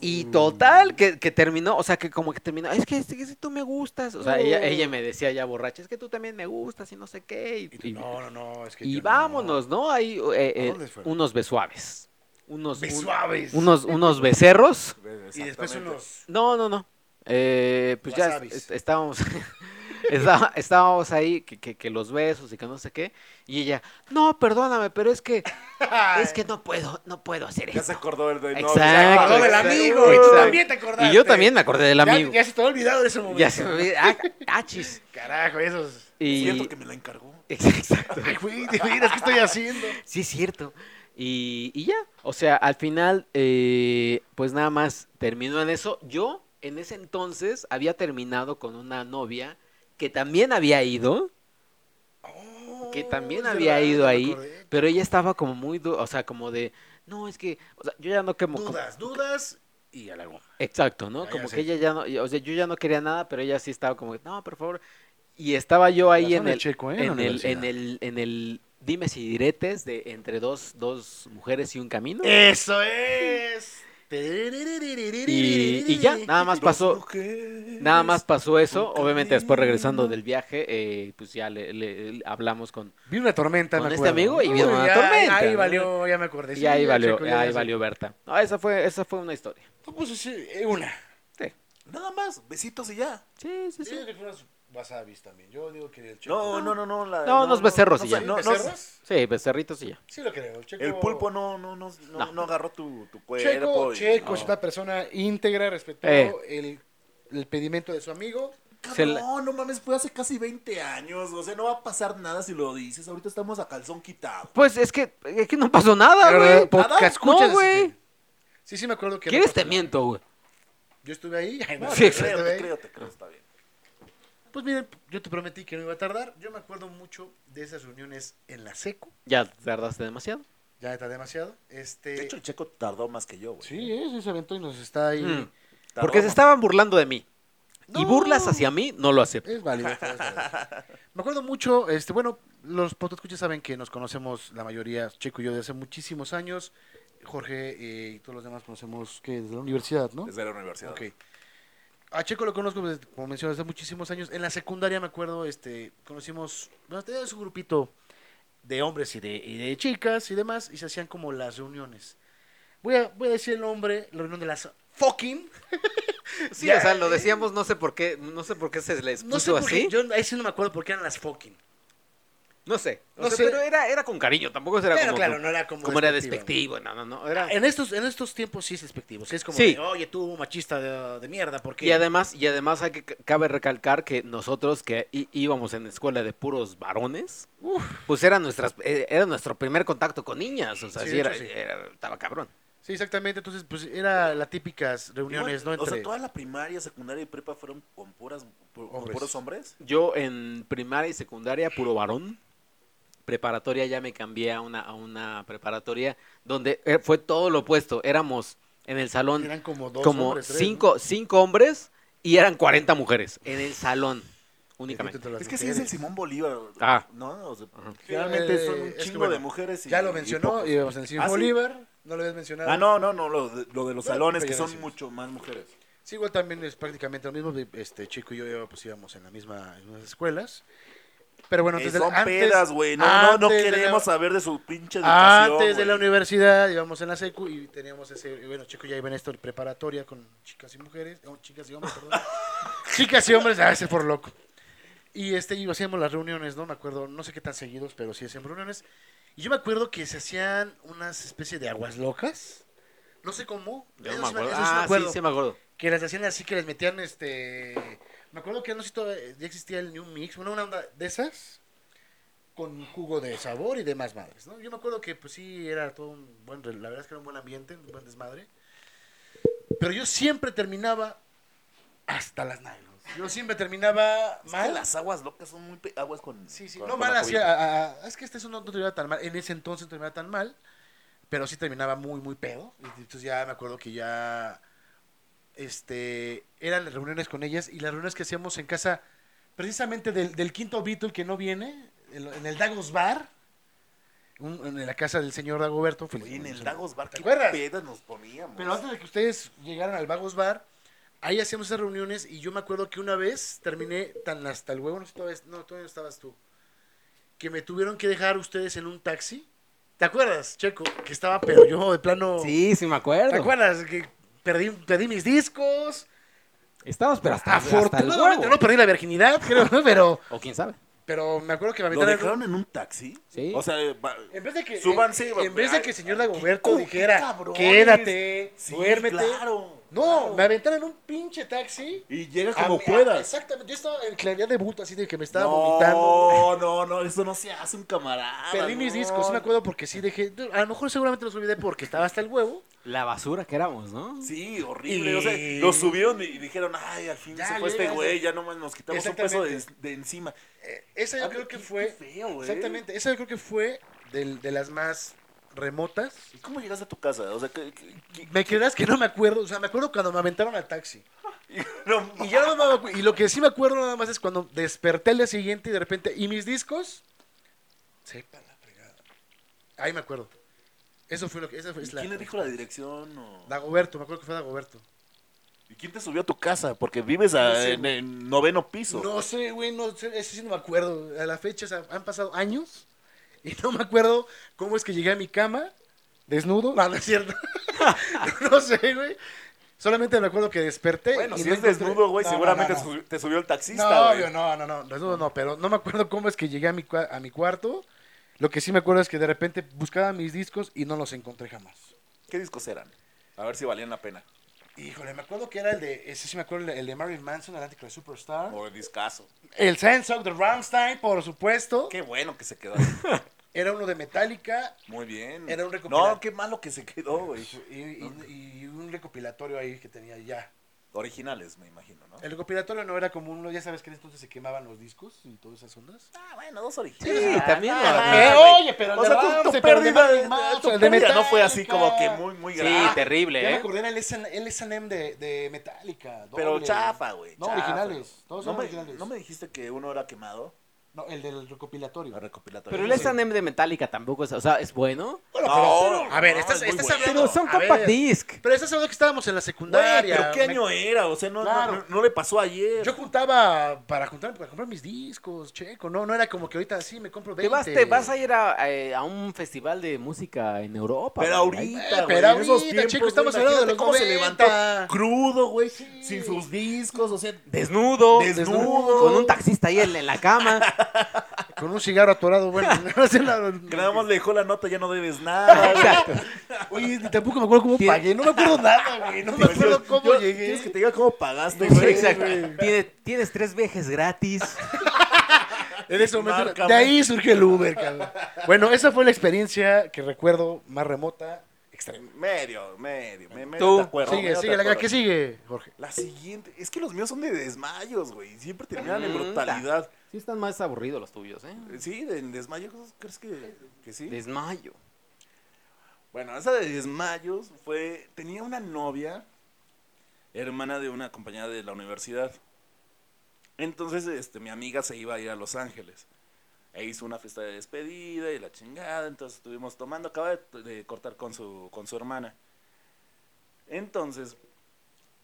Speaker 2: Y
Speaker 5: Mm.
Speaker 2: total, que, que terminó, o sea, que como que terminó, es que, este, es que tú me gustas. O sea,
Speaker 5: Oh.
Speaker 2: ella, ella me decía ya borracha, es que tú también me gustas y no sé qué. Y, y-
Speaker 5: No, no, no. Es que
Speaker 2: y
Speaker 5: yo no.
Speaker 2: vámonos, ¿no? Hay eh, eh,
Speaker 5: ¿A dónde fueron?
Speaker 2: unos besuaves. Unos, un-
Speaker 5: Besuaves.
Speaker 2: unos, unos becerros.
Speaker 5: Y después unos.
Speaker 2: No, no, no. Eh, pues ya
Speaker 5: Wasabis.
Speaker 2: est- estábamos, *laughs* está- estábamos ahí, que, que- que los besos y que no sé qué. Y ella, no, perdóname, pero es que, es que no puedo, no puedo hacer
Speaker 3: Ya
Speaker 2: eso.
Speaker 3: se acordó el de
Speaker 2: Exacto.
Speaker 5: Acordó Ah, del
Speaker 2: Exacto.
Speaker 5: amigo. y
Speaker 2: Ah, Exacto.
Speaker 5: tú También te acordaste.
Speaker 2: Y yo también me acordé del
Speaker 5: Ya-
Speaker 2: amigo.
Speaker 5: Ya, se te había olvidado de ese momento.
Speaker 2: Ya se me olvidó. Ah, achis.
Speaker 5: Carajo, esos.
Speaker 2: Y...
Speaker 3: Siento que me la encargó.
Speaker 2: *laughs* Exacto.
Speaker 5: Ay, güey, ¿te imaginas qué estoy haciendo?
Speaker 2: Sí, es cierto. Y, y ya, o sea, al final, eh, pues nada más terminó en eso. Yo, en ese entonces, había terminado con una novia que también había ido, que también
Speaker 5: Oh, es
Speaker 2: había
Speaker 5: verdad,
Speaker 2: ido
Speaker 5: ya me
Speaker 2: ahí,
Speaker 5: acordé.
Speaker 2: pero ella estaba como muy, du- o sea, como de, no, es que, o sea, yo ya no como... como-
Speaker 1: Dudas, dudas y a la goma.
Speaker 2: Exacto,
Speaker 5: Ah,
Speaker 2: ¿no?
Speaker 1: Ya, ya
Speaker 2: Como
Speaker 1: sé.
Speaker 2: que ella ya no, o sea, yo ya no quería nada, pero ella sí estaba como, no, por favor. Y estaba yo ahí
Speaker 1: Razón
Speaker 2: en
Speaker 1: de
Speaker 2: el,
Speaker 1: checo, ¿eh? en la
Speaker 2: en, el,
Speaker 1: universidad.
Speaker 2: en, el, en el dimes y diretes de entre dos, dos mujeres y un camino.
Speaker 1: Eso es.
Speaker 2: Y, y ya, nada más pasó, nada más pasó eso.
Speaker 3: un
Speaker 2: Obviamente después regresando
Speaker 3: camino.
Speaker 2: del viaje, eh, pues ya le, le- le hablamos con...
Speaker 1: Vi una tormenta,
Speaker 2: Con
Speaker 1: me
Speaker 2: este
Speaker 1: acuerdo.
Speaker 2: amigo y vino
Speaker 1: Uy,
Speaker 2: una
Speaker 1: ya,
Speaker 2: tormenta,
Speaker 1: Ahí
Speaker 2: ¿no?
Speaker 1: valió, ya me acordé.
Speaker 2: y
Speaker 1: Sí,
Speaker 2: ahí
Speaker 1: ya,
Speaker 2: valió,
Speaker 1: Checo, ya
Speaker 2: ahí
Speaker 1: sé.
Speaker 2: valió Berta. No, esa fue, esa fue una historia.
Speaker 5: No, pues sí, eh, una.
Speaker 3: Nada más, besitos y ya.
Speaker 2: Sí, sí,
Speaker 5: Yo
Speaker 2: sí.
Speaker 5: digo que fue unas wasavis también. Yo digo que el checo.
Speaker 3: No, no, no, no. la-
Speaker 2: No, unos becerros
Speaker 3: no,
Speaker 2: y ya.
Speaker 3: sé, No, no,
Speaker 5: ¿Becerros?
Speaker 2: Sí, becerritos y ya.
Speaker 5: Sí lo creo. El checo,
Speaker 3: el pulpo no, no, no, no,
Speaker 2: No.
Speaker 3: no agarró tu, tu cuerpo.
Speaker 5: Checo,
Speaker 3: y-
Speaker 5: Checo
Speaker 3: no.
Speaker 5: es una persona íntegra, respetó
Speaker 2: Eh.
Speaker 5: el, el pedimento de su amigo.
Speaker 2: Se
Speaker 3: cabrón,
Speaker 2: la-
Speaker 3: no mames, fue hace casi 20 años. O sea, no va a pasar nada si lo dices. Ahorita estamos a calzón quitado.
Speaker 2: Pues es que, es que no pasó nada, Ah, güey.
Speaker 1: Pero, podcast, escuchas- este-
Speaker 2: No, güey.
Speaker 5: Sí, sí, me acuerdo que.
Speaker 2: ¿Quieres
Speaker 5: era-
Speaker 2: te miento, güey?
Speaker 5: Yo estuve
Speaker 1: *laughs*
Speaker 5: ahí. Ay, no,
Speaker 2: Sí,
Speaker 5: yo
Speaker 3: te
Speaker 5: estuve
Speaker 3: creo, te
Speaker 5: ahí.
Speaker 3: creo, te creo, está bien.
Speaker 1: Pues miren, yo te prometí que no iba a tardar. Yo me acuerdo mucho de esas reuniones en la seco.
Speaker 2: Ya tardaste demasiado.
Speaker 1: Ya está demasiado. Este...
Speaker 3: De hecho, el checo tardó más que yo, güey.
Speaker 1: sí, es ese evento y nos está ahí.
Speaker 2: Mm.
Speaker 3: Tardó
Speaker 2: Porque se
Speaker 3: más.
Speaker 2: estaban burlando de mí. Y
Speaker 1: No.
Speaker 2: burlas hacia mí, no lo acepto.
Speaker 1: Es válido. es válido.
Speaker 2: *laughs*
Speaker 1: Me acuerdo mucho, este, bueno, los podescuchas saben que nos conocemos la mayoría, Checo y yo, de hace muchísimos años. Jorge eh, y todos los demás conocemos que desde la universidad, ¿no?
Speaker 3: Desde la universidad.
Speaker 1: Ok. A Checo lo conozco, desde- como mencioné, hace muchísimos años. En la secundaria, me acuerdo, este, conocimos, bueno, tenía su grupito de hombres y de, y de chicas y demás, y se hacían como las reuniones. Voy a, voy a decir el nombre, la reunión de las fucking.
Speaker 2: Sí, o sea, lo decíamos, no sé por qué, no sé por qué se les puso
Speaker 1: eh, No sé por
Speaker 2: así.
Speaker 1: qué, yo ahí sí no me acuerdo por qué eran las fucking.
Speaker 2: No sé, no,
Speaker 1: No
Speaker 2: sé,
Speaker 1: sé.
Speaker 2: pero era, era con cariño, tampoco era
Speaker 1: Pero
Speaker 2: como,
Speaker 1: claro, no era como,
Speaker 2: como era
Speaker 1: despectivo. Ah,
Speaker 2: despectivo, no, no, no,
Speaker 3: Ah,
Speaker 2: era...
Speaker 1: En estos, en estos tiempos sí es despectivo. sí es como,
Speaker 2: Sí.
Speaker 1: de, oye, tú machista de, de mierda, porque
Speaker 2: Y además, y además hay que, cabe recalcar que nosotros que í- íbamos en escuela de puros varones, pues era, nuestras, eh, era nuestro primer contacto con niñas, o sea,
Speaker 1: Sí,
Speaker 2: sí
Speaker 1: de
Speaker 2: era-
Speaker 1: hecho, sí.
Speaker 2: era- estaba cabrón.
Speaker 1: Sí, exactamente. Entonces, pues era las típicas reuniones,
Speaker 3: Igual,
Speaker 1: ¿no?
Speaker 3: O
Speaker 1: Entre...
Speaker 3: sea, toda la primaria, secundaria y prepa fueron con, puras, pu- con
Speaker 1: Hombres.
Speaker 3: puros hombres.
Speaker 2: Yo en primaria y secundaria, puro varón. Preparatoria ya me cambié a una, a una preparatoria donde eh, fue todo lo opuesto. Éramos en el salón
Speaker 1: Eran como dos
Speaker 2: como
Speaker 1: hombres, tres, ¿no?
Speaker 2: cinco, cinco hombres y eran 40 mujeres en el salón únicamente.
Speaker 1: Entre las
Speaker 3: Es que sí es el
Speaker 1: mujeres.
Speaker 3: Simón Bolívar.
Speaker 2: Ah.
Speaker 3: No, o sea, generalmente
Speaker 1: Eh,
Speaker 3: son un
Speaker 1: es que
Speaker 3: chingo
Speaker 1: bueno,
Speaker 3: de mujeres. y-
Speaker 1: Ya lo
Speaker 3: y
Speaker 1: mencionó,
Speaker 3: pocos.
Speaker 1: y vamos en Simón
Speaker 3: ¿Ah, sí?
Speaker 1: Bolívar, no lo habías mencionado.
Speaker 3: Ah, no, no, no, lo de, lo de los
Speaker 1: Bueno,
Speaker 3: salones
Speaker 1: pues
Speaker 3: que
Speaker 1: ya
Speaker 3: son
Speaker 1: decimos.
Speaker 3: mucho más mujeres.
Speaker 1: Sí, igual también es prácticamente lo mismo. Este chico y yo eh, pues íbamos en la misma, en las escuelas. Pero bueno,
Speaker 3: Que
Speaker 1: desde
Speaker 3: Eh, son
Speaker 1: antes,
Speaker 3: pedas, güey. No, no, no
Speaker 1: antes de la-
Speaker 3: queremos saber de su pinche educación.
Speaker 1: Antes de la
Speaker 3: güey.
Speaker 1: universidad íbamos en la secu y teníamos ese, y bueno, chico ya iba en esto de preparatoria con chicas y mujeres, oh, chicas y hombres,
Speaker 3: *laughs*
Speaker 1: perdón. chicas y hombres, a veces por loco. Y este y hacíamos las reuniones, no me acuerdo, no sé qué tan seguidos, pero sí hacíamos reuniones. Y yo me acuerdo que se hacían unas especies de aguas locas. No sé cómo.
Speaker 2: Yo
Speaker 1: eso
Speaker 2: no me
Speaker 1: sí me-
Speaker 2: acuerdo.
Speaker 1: eso sí me
Speaker 2: Ah, sí,
Speaker 1: acuerdo.
Speaker 2: sí me acuerdo.
Speaker 1: Que las hacían así, que les metían este. Me acuerdo que no sé si todavía- ya existía el New Mix, bueno, una onda de esas, con jugo de sabor y demás madres, ¿no? Yo me acuerdo que, pues sí, era todo un buen. re- La verdad es que era un buen ambiente, un buen desmadre. Pero yo siempre terminaba hasta las nylons. Yo siempre terminaba
Speaker 3: Es que
Speaker 1: mal.
Speaker 3: las aguas locas son muy pe- aguas con.
Speaker 1: Sí, sí,
Speaker 3: con-
Speaker 1: no
Speaker 3: con
Speaker 1: mal
Speaker 3: agüita.
Speaker 1: hacía. a- a- a- es que este eso no, no terminaba tan mal. En ese entonces no terminaba tan mal. Pero sí terminaba muy, muy pedo. Y Entonces ya me acuerdo que ya. Este. Eran las reuniones con ellas. Y las reuniones que hacíamos en casa. Precisamente del, del quinto Beatle que no viene. En, lo- en el Dagos Bar. un- en la casa del señor Dagoberto. pues,
Speaker 3: Oye, en el
Speaker 1: feliz-
Speaker 3: Dagos Bar,
Speaker 1: ¿Te
Speaker 3: ¿qué
Speaker 1: acuerdas?
Speaker 3: pedas nos poníamos?
Speaker 1: Pero antes de que ustedes llegaran al Vagos Bar, ahí hacíamos esas reuniones y yo me acuerdo que una vez terminé tan hasta el huevo, no sé todavía, no, todavía no estabas tú, que me tuvieron que dejar ustedes en un taxi. ¿Te acuerdas, Checo? Que estaba, pero yo de plano...
Speaker 2: Sí, sí me
Speaker 1: ¿Te
Speaker 2: acuerdo.
Speaker 1: acuerdas? Que perdí, perdí mis discos.
Speaker 2: Estábamos, pero hasta, hasta el
Speaker 1: Afortunadamente
Speaker 2: huevo.
Speaker 1: no perdí la virginidad, creo, ¿no? pero,
Speaker 2: O quién sabe.
Speaker 1: pero me acuerdo que me
Speaker 3: ¿Lo
Speaker 1: aventaron...
Speaker 3: dejaron en un taxi?
Speaker 2: Sí.
Speaker 3: O sea, va-
Speaker 1: En vez de que,
Speaker 3: Súbanse,
Speaker 1: en, en vez de que el señor Dagoberto
Speaker 3: Ay, qué
Speaker 1: dijera,
Speaker 3: cabrones.
Speaker 1: quédate,
Speaker 3: Sí,
Speaker 1: duérmete.
Speaker 3: claro,
Speaker 1: no,
Speaker 3: claro.
Speaker 1: me aventaron en un pinche taxi.
Speaker 3: Y llega
Speaker 1: A
Speaker 3: como
Speaker 1: mí- a-
Speaker 3: puedas.
Speaker 1: ah, exactamente. Yo estaba en claridad de bulto, así de que me estaba vomitando.
Speaker 3: No, no, no, eso no se hace un camarada.
Speaker 1: Perdí mis
Speaker 3: Ah, no.
Speaker 1: discos, sí me acuerdo porque sí dejé. A lo mejor seguramente los olvidé porque estaba hasta el huevo.
Speaker 2: La basura que éramos, ¿no?
Speaker 3: Sí, horrible. O
Speaker 1: Y-
Speaker 3: sea, los subieron y y dijeron, ay, al fin
Speaker 1: Ya,
Speaker 3: se fue este
Speaker 1: llega,
Speaker 3: güey, ya nomás nos quitamos un peso de,
Speaker 1: Exactamente.
Speaker 3: de encima.
Speaker 1: Esa yo
Speaker 3: Ah,
Speaker 1: creo que
Speaker 3: qué-
Speaker 1: fue.
Speaker 3: qué feo, ¿eh? güey.
Speaker 1: exactamente. Esa yo creo que fue del- de las más remotas.
Speaker 3: ¿Y cómo llegaste a tu casa? O sea, que, que- que-
Speaker 1: Me creerás que no me acuerdo. O sea, me acuerdo cuando me aventaron al taxi.
Speaker 3: *laughs* no,
Speaker 1: Y, ya no me acu- y lo que sí me acuerdo nada más es cuando desperté al día siguiente y de repente. ¿Y mis discos? Sepa la fregada. Ahí me acuerdo. Eso fue lo que. Esa fue,
Speaker 3: ¿y
Speaker 1: es la-
Speaker 3: ¿Quién le dijo la dirección? o-
Speaker 1: Dagoberto, me acuerdo que fue Dagoberto.
Speaker 3: ¿Y quién te subió a tu casa? Porque vives a-
Speaker 1: No sé,
Speaker 3: en
Speaker 1: güey.
Speaker 3: el noveno piso.
Speaker 1: No sé, güey, no sé, eso sí no me acuerdo. A la fecha, o sea, han pasado años y no me acuerdo cómo es que llegué a mi cama desnudo. No, no es cierto. *laughs* no sé, güey. Solamente me acuerdo que desperté.
Speaker 3: Bueno,
Speaker 1: y
Speaker 3: si
Speaker 1: no
Speaker 3: es
Speaker 1: encontré-
Speaker 3: desnudo, güey,
Speaker 1: No, no,
Speaker 3: seguramente
Speaker 1: no, no.
Speaker 3: te subió- te subió el taxista,
Speaker 1: No,
Speaker 3: güey.
Speaker 1: yo no, no, no, desnudo no, pero no me acuerdo cómo es que llegué a mi, cua- a mi cuarto. Lo que sí me acuerdo es que de repente buscaba mis discos y no los encontré jamás.
Speaker 3: ¿Qué discos eran? A ver si valían la pena.
Speaker 5: Híjole, me acuerdo que era el de, ese sí me acuerdo, el de Marilyn Manson, el Antichrist Superstar.
Speaker 3: Por discaso.
Speaker 5: El Sense of the Rammstein, por supuesto.
Speaker 3: Qué bueno que se quedó. ahí.
Speaker 5: Era uno de Metallica
Speaker 3: Muy bien.
Speaker 5: Era un
Speaker 3: No,
Speaker 5: recopilatorio.
Speaker 3: qué malo que se quedó, güey.
Speaker 5: y, y- y un recopilatorio ahí que tenía ya.
Speaker 3: Originales, me imagino, ¿no?
Speaker 5: El recopilatorio no era como uno, ya sabes que en entonces se quemaban los discos y todas esas ondas.
Speaker 3: Ah, bueno, dos originales.
Speaker 2: Sí, también.
Speaker 3: Ah,
Speaker 2: güey.
Speaker 3: eh,
Speaker 5: oye, pero
Speaker 1: Oh,
Speaker 3: o sea, tu- tu, pérdida, de- tu pérdida no fue así como que muy, muy
Speaker 2: Sí,
Speaker 3: grave.
Speaker 2: terrible,
Speaker 5: Ya me
Speaker 2: ¿eh?
Speaker 5: acordé, era el SN el S&M de, de Metallica.
Speaker 3: Pero
Speaker 5: doble.
Speaker 3: chafa, güey.
Speaker 5: No,
Speaker 3: chafa.
Speaker 5: originales. Todos
Speaker 3: no
Speaker 5: son
Speaker 3: me,
Speaker 5: originales.
Speaker 3: ¿No me dijiste que uno era quemado?
Speaker 5: No, el del recopilatorio.
Speaker 3: La recopilatoria.
Speaker 2: Pero el S&M de Metallica tampoco es, o sea, es bueno.
Speaker 3: No,
Speaker 5: a ver,
Speaker 3: no,
Speaker 5: estás,
Speaker 3: es muy
Speaker 5: estás
Speaker 3: bueno.
Speaker 5: hablando...
Speaker 2: Pero son
Speaker 5: a ver,
Speaker 2: compact disc.
Speaker 5: Pero estás hablando que estábamos en la
Speaker 3: Güey,
Speaker 5: secundaria.
Speaker 3: pero ¿qué
Speaker 5: Me-
Speaker 3: año era? O sea, no, no-
Speaker 5: Claro.
Speaker 3: no, no le pasó ayer.
Speaker 5: Yo juntaba para juntar, para comprar mis discos, checo. No, no era como que ahorita así me compro 20.
Speaker 2: Te vas, te vas a ir a, eh, a un festival de música en Europa.
Speaker 3: Pero
Speaker 2: güey.
Speaker 3: ahorita,
Speaker 5: Eh,
Speaker 3: güey,
Speaker 5: pero
Speaker 3: en esos
Speaker 5: ahorita,
Speaker 3: tiempos,
Speaker 5: chico, estamos
Speaker 3: güey,
Speaker 5: hablando de
Speaker 3: imagínate
Speaker 5: los
Speaker 3: cómo se levantó
Speaker 5: 90.
Speaker 3: crudo, güey, sin sus discos, o sea,
Speaker 2: Desnudo,
Speaker 3: Desnudo.
Speaker 2: Con un taxista ahí en, en la cama.
Speaker 5: Con un cigarro atorado, *laughs* bueno. no sé la-
Speaker 3: que nada más le dejó la nota, ya no
Speaker 5: *laughs*
Speaker 3: debes nada. güey.
Speaker 5: Oye, tampoco me acuerdo cómo
Speaker 2: Tiene-
Speaker 5: pagué. No me acuerdo nada, güey. No me acuerdo cómo
Speaker 3: Yo- ¿Quieres que
Speaker 5: llegué.
Speaker 3: te diga cómo pagaste,
Speaker 2: Sí,
Speaker 3: güey?
Speaker 2: exacto. Tiene- tienes tres viajes gratis.
Speaker 5: En ese momento.
Speaker 3: Márcame.
Speaker 5: De ahí surge el Uber, cabrón. Bueno, esa fue la experiencia que recuerdo más remota.
Speaker 3: Medio, medio, me, medio
Speaker 2: Tú,
Speaker 3: te acuerdo,
Speaker 5: sigue,
Speaker 3: medio te
Speaker 5: sigue. La, la
Speaker 3: acuerdo.
Speaker 5: que sigue, Jorge.
Speaker 3: La siguiente, es que los míos son de desmayos, güey, siempre terminan en
Speaker 2: Mm, ta.
Speaker 3: brutalidad.
Speaker 2: Sí están más aburridos los tuyos, ¿eh?
Speaker 3: Sí, de- en desmayos, ¿crees que, que sí?
Speaker 2: Desmayo.
Speaker 3: Bueno, esa de desmayos fue, tenía una novia, hermana de una compañera de la universidad. Entonces, este, mi amiga se iba a ir a Los Ángeles. E hizo una fiesta de despedida y la chingada. Entonces estuvimos tomando. Acaba de, de cortar con su, con su hermana. Entonces,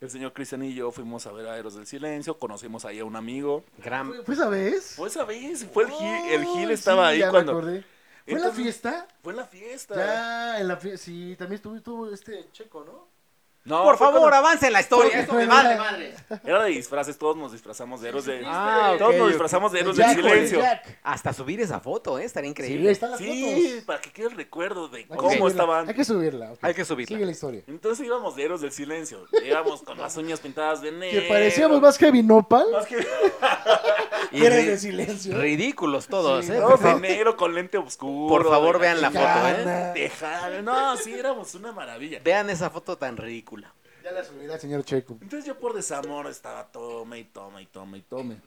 Speaker 3: el señor Cristian y yo fuimos a ver a Héroes del Silencio. Conocimos ahí a un amigo.
Speaker 2: Gran.
Speaker 5: ¿Fue esa vez?
Speaker 3: Fue esa vez. Fue el Gil. El Gil
Speaker 5: Ay,
Speaker 3: estaba
Speaker 5: Oh, sí,
Speaker 3: ahí
Speaker 5: ya me
Speaker 3: cuando.
Speaker 5: acordé. ¿Fue en la
Speaker 3: Entonces,
Speaker 5: fiesta?
Speaker 3: Fue en la fiesta.
Speaker 5: Ya, en la fiesta. Sí, también estuvo, estuvo este checo, ¿no?
Speaker 3: No,
Speaker 2: Por
Speaker 3: fue
Speaker 2: favor,
Speaker 3: cuando-
Speaker 2: avance la historia. Esto me vale madre.
Speaker 3: Era de disfraces, todos nos disfrazamos de héroes de.
Speaker 2: Ah, ok,
Speaker 3: todos nos
Speaker 2: ok.
Speaker 3: disfrazamos de héroes
Speaker 5: Jack,
Speaker 3: del silencio.
Speaker 5: güey, Jack.
Speaker 2: Hasta subir esa foto, ¿eh? Estaría
Speaker 5: Sí, ahí
Speaker 2: increíble.
Speaker 5: están las
Speaker 3: Sí,
Speaker 5: fotos.
Speaker 3: para que quede el recuerdo de
Speaker 5: Hay que
Speaker 3: cómo
Speaker 5: subirla,
Speaker 3: estaban.
Speaker 5: Hay que subirla. ok.
Speaker 2: Hay que subirla.
Speaker 5: Sigue la historia.
Speaker 3: Entonces íbamos de héroes del silencio. Íbamos con las uñas pintadas de negro.
Speaker 5: Que parecíamos más Heavy Nopal.
Speaker 3: Más que
Speaker 2: Y
Speaker 5: que eres
Speaker 2: ri-
Speaker 5: de silencio.
Speaker 2: Ridículos todos,
Speaker 5: Sí,
Speaker 2: ¿eh?
Speaker 5: *laughs* no,
Speaker 3: todos
Speaker 2: Por
Speaker 3: de
Speaker 2: favor.
Speaker 3: negro con lente oscuro.
Speaker 2: Por favor,
Speaker 3: de
Speaker 2: vean la foto, ¿eh?
Speaker 5: Tejana.
Speaker 3: Tejana. No, sí, éramos una maravilla.
Speaker 2: Vean esa foto tan ridícula.
Speaker 5: Ya la subirá el señor Checo.
Speaker 3: Entonces yo por desamor estaba tome y tome y tome y tome.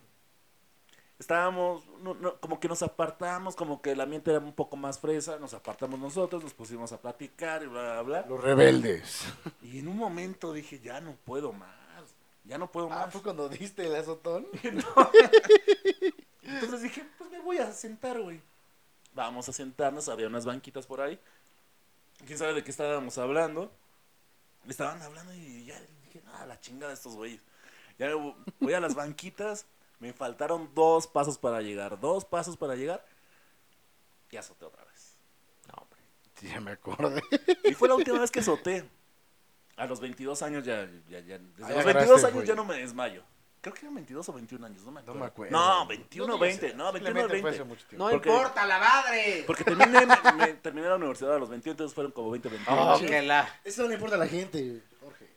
Speaker 3: Estábamos, no, no, como que nos apartamos, como que el ambiente era un poco más fresa, nos apartamos nosotros, nos pusimos a platicar y bla, bla, bla.
Speaker 5: Los rebeldes.
Speaker 3: Y en un momento dije, ya no puedo más, ya no puedo
Speaker 5: Ah,
Speaker 3: más.
Speaker 5: fue cuando diste el azotón. *laughs*
Speaker 3: Entonces dije, pues me voy a sentar, güey. Vamos a sentarnos, había unas banquitas por ahí. ¿Quién sabe de qué estábamos hablando? Estaban hablando y ya dije, ah, la chingada de estos güeyes. Ya me vo- voy a las banquitas, me faltaron dos pasos para llegar, dos pasos para llegar. Y azoté otra vez.
Speaker 5: Sí, ya me acordé.
Speaker 3: Y fue la última vez que azoté. A los 22 años ya, ya, ya. Desde los
Speaker 5: Ahí agarraste
Speaker 3: 22 años
Speaker 5: rollo.
Speaker 3: ya no me desmayo. Creo que eran 22 o 21 años, no me acuerdo.
Speaker 5: me acuerdo.
Speaker 3: No, 21 o
Speaker 5: digas
Speaker 3: 20,
Speaker 5: eso.
Speaker 3: no, 21 o
Speaker 5: Simplemente fue
Speaker 3: 20.
Speaker 5: hace mucho tiempo.
Speaker 2: No
Speaker 3: Porque-
Speaker 2: importa la madre.
Speaker 3: Porque terminé, me- me- terminé la universidad a los 21, entonces fueron como 20, 21.
Speaker 5: Ah.
Speaker 2: Oh, que la.
Speaker 5: Eso no le importa a la gente, Jorge.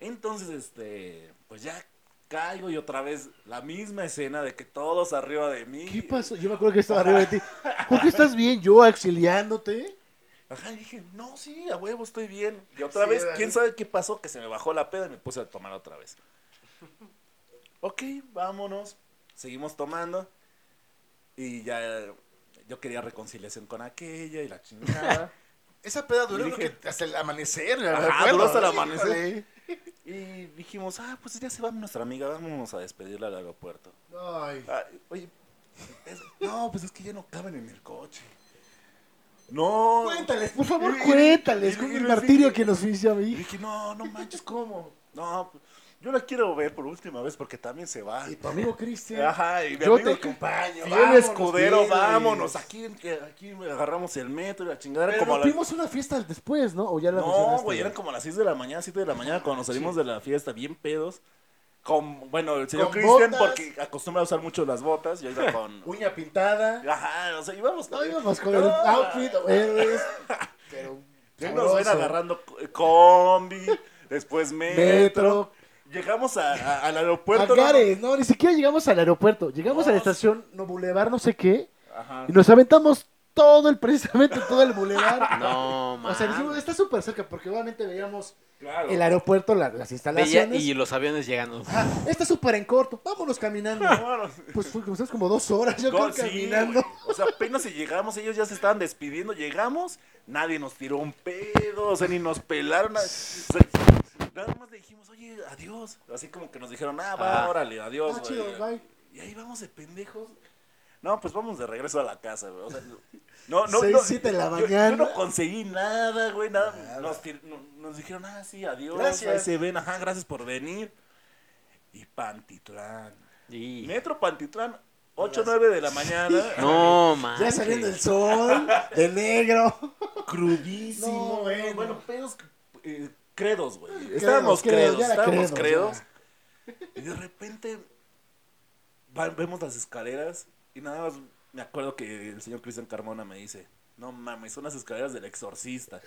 Speaker 3: Entonces, este, pues ya caigo y otra vez la misma escena de que todos arriba de mí.
Speaker 5: ¿Qué pasó? Yo me acuerdo que *laughs* estaba arriba de ti. Jorge, ¿estás bien? Yo auxiliándote.
Speaker 3: Ajá, y dije, no, sí, a huevo, estoy bien. Y otra
Speaker 5: Sí,
Speaker 3: vez,
Speaker 5: ¿verdad?
Speaker 3: ¿quién sabe qué pasó? Que se me bajó la peda y me puse a tomar otra vez. Ok, vámonos. Seguimos tomando. Y ya eh, yo quería reconciliación con aquella y la
Speaker 5: *laughs*
Speaker 3: chingada.
Speaker 5: Esa peda duró
Speaker 3: Y dije-
Speaker 5: creo que hasta el amanecer. me
Speaker 3: Ajá,
Speaker 5: acuerdo,
Speaker 3: duró hasta el
Speaker 5: ¿no?
Speaker 3: amanecer.
Speaker 5: Híjole.
Speaker 3: y dijimos, ah, pues ya se va nuestra amiga, vámonos a despedirla al aeropuerto.
Speaker 5: Ay.
Speaker 3: Ah, oye, es- no, pues es que ya no caben en el coche. No.
Speaker 5: Cuéntales, por favor,
Speaker 3: Y- y-
Speaker 5: cuéntales.
Speaker 3: y-
Speaker 5: Con
Speaker 3: y-
Speaker 5: el
Speaker 3: y-
Speaker 5: martirio que nos hizo a
Speaker 3: Y
Speaker 5: mí.
Speaker 3: dije, no, no manches, ¿cómo? No, yo la quiero ver por última vez porque también se va.
Speaker 5: Y tu amigo Cristian.
Speaker 3: Ajá, y mi
Speaker 5: Yo
Speaker 3: amigo
Speaker 5: te acompaño.
Speaker 3: fiel
Speaker 5: vámonos,
Speaker 3: escudero,
Speaker 5: fieles.
Speaker 3: vámonos. Aquí, aquí agarramos el metro y la chingada. era
Speaker 5: Pero
Speaker 3: como
Speaker 5: nos
Speaker 3: a la-
Speaker 5: vimos una fiesta después, ¿no? O ya la
Speaker 3: No,
Speaker 5: mencionaste,
Speaker 3: güey, eran como a las 6 de la mañana, 7 de la mañana cuando nos salimos de la fiesta, bien pedos. Con, bueno, el señor
Speaker 5: Con
Speaker 3: Cristian,
Speaker 5: botas.
Speaker 3: porque acostumbra a usar mucho las botas, yo iba con.
Speaker 5: *laughs* Uña pintada.
Speaker 3: Ajá, o sea, íbamos
Speaker 5: No íbamos con el
Speaker 3: No.
Speaker 5: *laughs* outfit, héroes. Pero.
Speaker 3: Ya nos ven
Speaker 5: sabroso.
Speaker 3: agarrando co- combi, Después metro.
Speaker 5: Metro.
Speaker 3: Llegamos a- a- al aeropuerto. ¿no?
Speaker 5: Agares, no, ni siquiera llegamos al aeropuerto. Llegamos a la
Speaker 3: No,
Speaker 5: estación, no bulevar, no sé qué.
Speaker 3: Ajá.
Speaker 5: Y nos aventamos todo el, *laughs* precisamente todo el bulevar.
Speaker 2: No,
Speaker 5: o sea, dijimos,
Speaker 2: mames.
Speaker 5: está súper cerca, porque obviamente veíamos
Speaker 3: Claro.
Speaker 5: el aeropuerto, la- las
Speaker 2: Veía-
Speaker 5: instalaciones.
Speaker 2: Y los aviones *laughs* llegando.
Speaker 5: Ah, está súper en corto, vámonos caminando.
Speaker 3: Vámonos.
Speaker 5: Pues fue como, ¿sabes? como dos horas, yo
Speaker 3: Con-
Speaker 5: creo,
Speaker 3: sí,
Speaker 5: caminando.
Speaker 3: güey. o sea, apenas si llegamos, ellos ya se estaban despidiendo. Llegamos, nadie nos tiró un pedo, o sea, ni nos pelaron. na- o sea, nada más le dijimos, oye, adiós. Así como que nos dijeron, ah, va,
Speaker 2: Ah.
Speaker 3: órale, adiós,
Speaker 5: Ah,
Speaker 3: güey.
Speaker 5: chido, bye.
Speaker 3: Y ahí vamos de pendejos. No, pues vamos de regreso a la casa, güey. O sea, no, no,
Speaker 5: Seis,
Speaker 3: no.
Speaker 5: siete de la
Speaker 3: yo- yo
Speaker 5: mañana.
Speaker 3: no conseguí nada, güey, nada. Nos, tir- no- nos dijeron, ah, sí, adiós.
Speaker 5: Gracias.
Speaker 3: Ahí se ven, ajá, gracias por venir. Y Pantitlán.
Speaker 2: Y-
Speaker 3: Metro Pantitlán, 8 9 de la mañana. *laughs*
Speaker 2: No, mames.
Speaker 5: Ya saliendo el sol, de negro.
Speaker 3: crudísimo.
Speaker 5: No,
Speaker 3: güey.
Speaker 5: no,
Speaker 3: bueno,
Speaker 5: no.
Speaker 3: pedos eh, credos, güey. Estábamos
Speaker 5: credos,
Speaker 3: credos,
Speaker 5: ya era
Speaker 3: estábamos credos.
Speaker 5: credos,
Speaker 3: Y de repente va- vemos las escaleras y nada más me acuerdo que el señor Cristian Carmona me dice, "No mames, son las escaleras del *laughs* exorcista."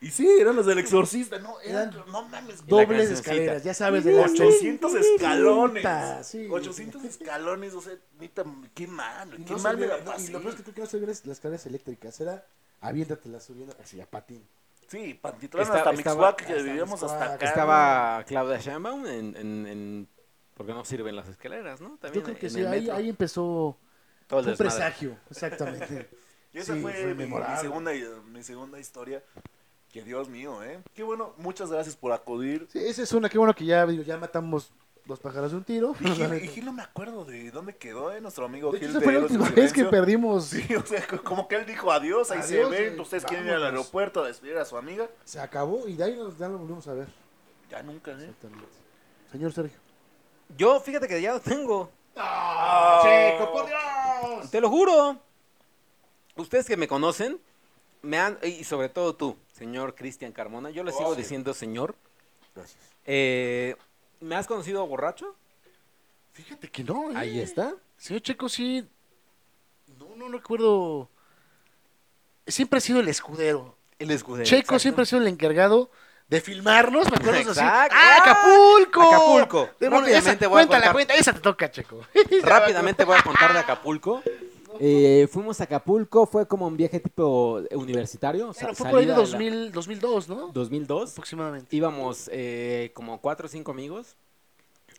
Speaker 3: y sí, eran las del exorcista, no, eran no mames, güey.
Speaker 5: Dobles
Speaker 2: cancioncita.
Speaker 5: escaleras, ya sabes, de las
Speaker 3: 800
Speaker 5: Puta,
Speaker 3: escalones.
Speaker 5: sí.
Speaker 3: 800 escalones, o sea, neta, qué mal,
Speaker 5: Y
Speaker 3: qué
Speaker 5: no
Speaker 3: mal
Speaker 5: se
Speaker 3: me
Speaker 5: vio-
Speaker 3: la
Speaker 5: no,
Speaker 3: pasé.
Speaker 5: Y lo peor es que creo que no se vieron las escaleras eléctricas, era aviéntatelas subiendo así a patín.
Speaker 3: Sí, Pantitlán
Speaker 2: Está-
Speaker 3: hasta
Speaker 2: estaba-
Speaker 3: Mixhuac, que
Speaker 5: hasta
Speaker 3: vivíamos hasta
Speaker 5: Mixhuac.
Speaker 3: acá.
Speaker 2: Estaba Claudia Sheinbaum en, en, en- porque no sirven las escaleras, ¿no?
Speaker 5: Yo
Speaker 2: También
Speaker 5: creo que
Speaker 2: en
Speaker 5: sí,
Speaker 2: el
Speaker 5: ahí,
Speaker 2: metro.
Speaker 5: ahí empezó
Speaker 2: Todo el
Speaker 5: un
Speaker 2: desmadre.
Speaker 5: presagio,
Speaker 2: *laughs*
Speaker 5: exactamente.
Speaker 3: Y esa
Speaker 5: Sí,
Speaker 3: fue,
Speaker 5: fue
Speaker 3: mi- mi,
Speaker 5: memorable.
Speaker 3: segunda, mi segunda historia. Que Dios mío, ¿eh? Qué bueno, muchas gracias por acudir.
Speaker 5: Sí, esa es una, qué bueno que ya, digo, ya matamos los pájaros de un tiro.
Speaker 3: Y Gil, y Gil no me acuerdo de dónde quedó, ¿eh? Nuestro amigo
Speaker 5: De hecho,
Speaker 3: Gil.
Speaker 5: esa
Speaker 3: de
Speaker 5: fue la
Speaker 3: Héroes
Speaker 5: última
Speaker 3: del
Speaker 5: vez que
Speaker 3: Silencio.
Speaker 5: perdimos.
Speaker 3: Sí, o sea, co- como que él dijo adiós, ahí se
Speaker 5: Adiós,
Speaker 3: ven,
Speaker 5: eh,
Speaker 3: ustedes quieren ir al
Speaker 5: vámonos.
Speaker 3: aeropuerto a despedir a su amiga.
Speaker 5: Se acabó y de ahí nos- ya lo volvimos a ver.
Speaker 3: Ya nunca, ¿eh?
Speaker 5: Exactamente. Señor Sergio.
Speaker 2: Yo, fíjate que ya lo tengo. Oh.
Speaker 3: Ah.
Speaker 5: Dios!
Speaker 2: Te lo juro. Ustedes que me conocen, me han, y sobre todo tú, señor Cristian Carmona, yo le sigo diciendo señor. Eh, ¿Me has conocido borracho?
Speaker 1: Fíjate que no, ¿eh?
Speaker 2: Ahí está.
Speaker 1: Señor Checo, sí. No, no recuerdo. Siempre ha sido el escudero.
Speaker 2: El escudero.
Speaker 1: Checo
Speaker 2: exacto.
Speaker 1: siempre ha sido el encargado de filmarnos, ¿me acuerdas así?
Speaker 2: Exacto.
Speaker 1: ¡Ah, Acapulco!
Speaker 2: Acapulco.
Speaker 1: De modo-
Speaker 2: Rápidamente
Speaker 1: esa-
Speaker 2: voy a
Speaker 1: Cuéntala,
Speaker 2: contar.
Speaker 1: cuenta, esa te toca, Checo.
Speaker 2: Rápidamente voy a contar de Acapulco. Eh, fuimos a Acapulco, fue como un viaje tipo universitario. sa-
Speaker 1: Claro, fue por ahí de
Speaker 2: salida la-
Speaker 1: 2000, 2002, ¿no?
Speaker 2: 2002.
Speaker 1: Aproximadamente.
Speaker 2: Íbamos eh, como cuatro o cinco amigos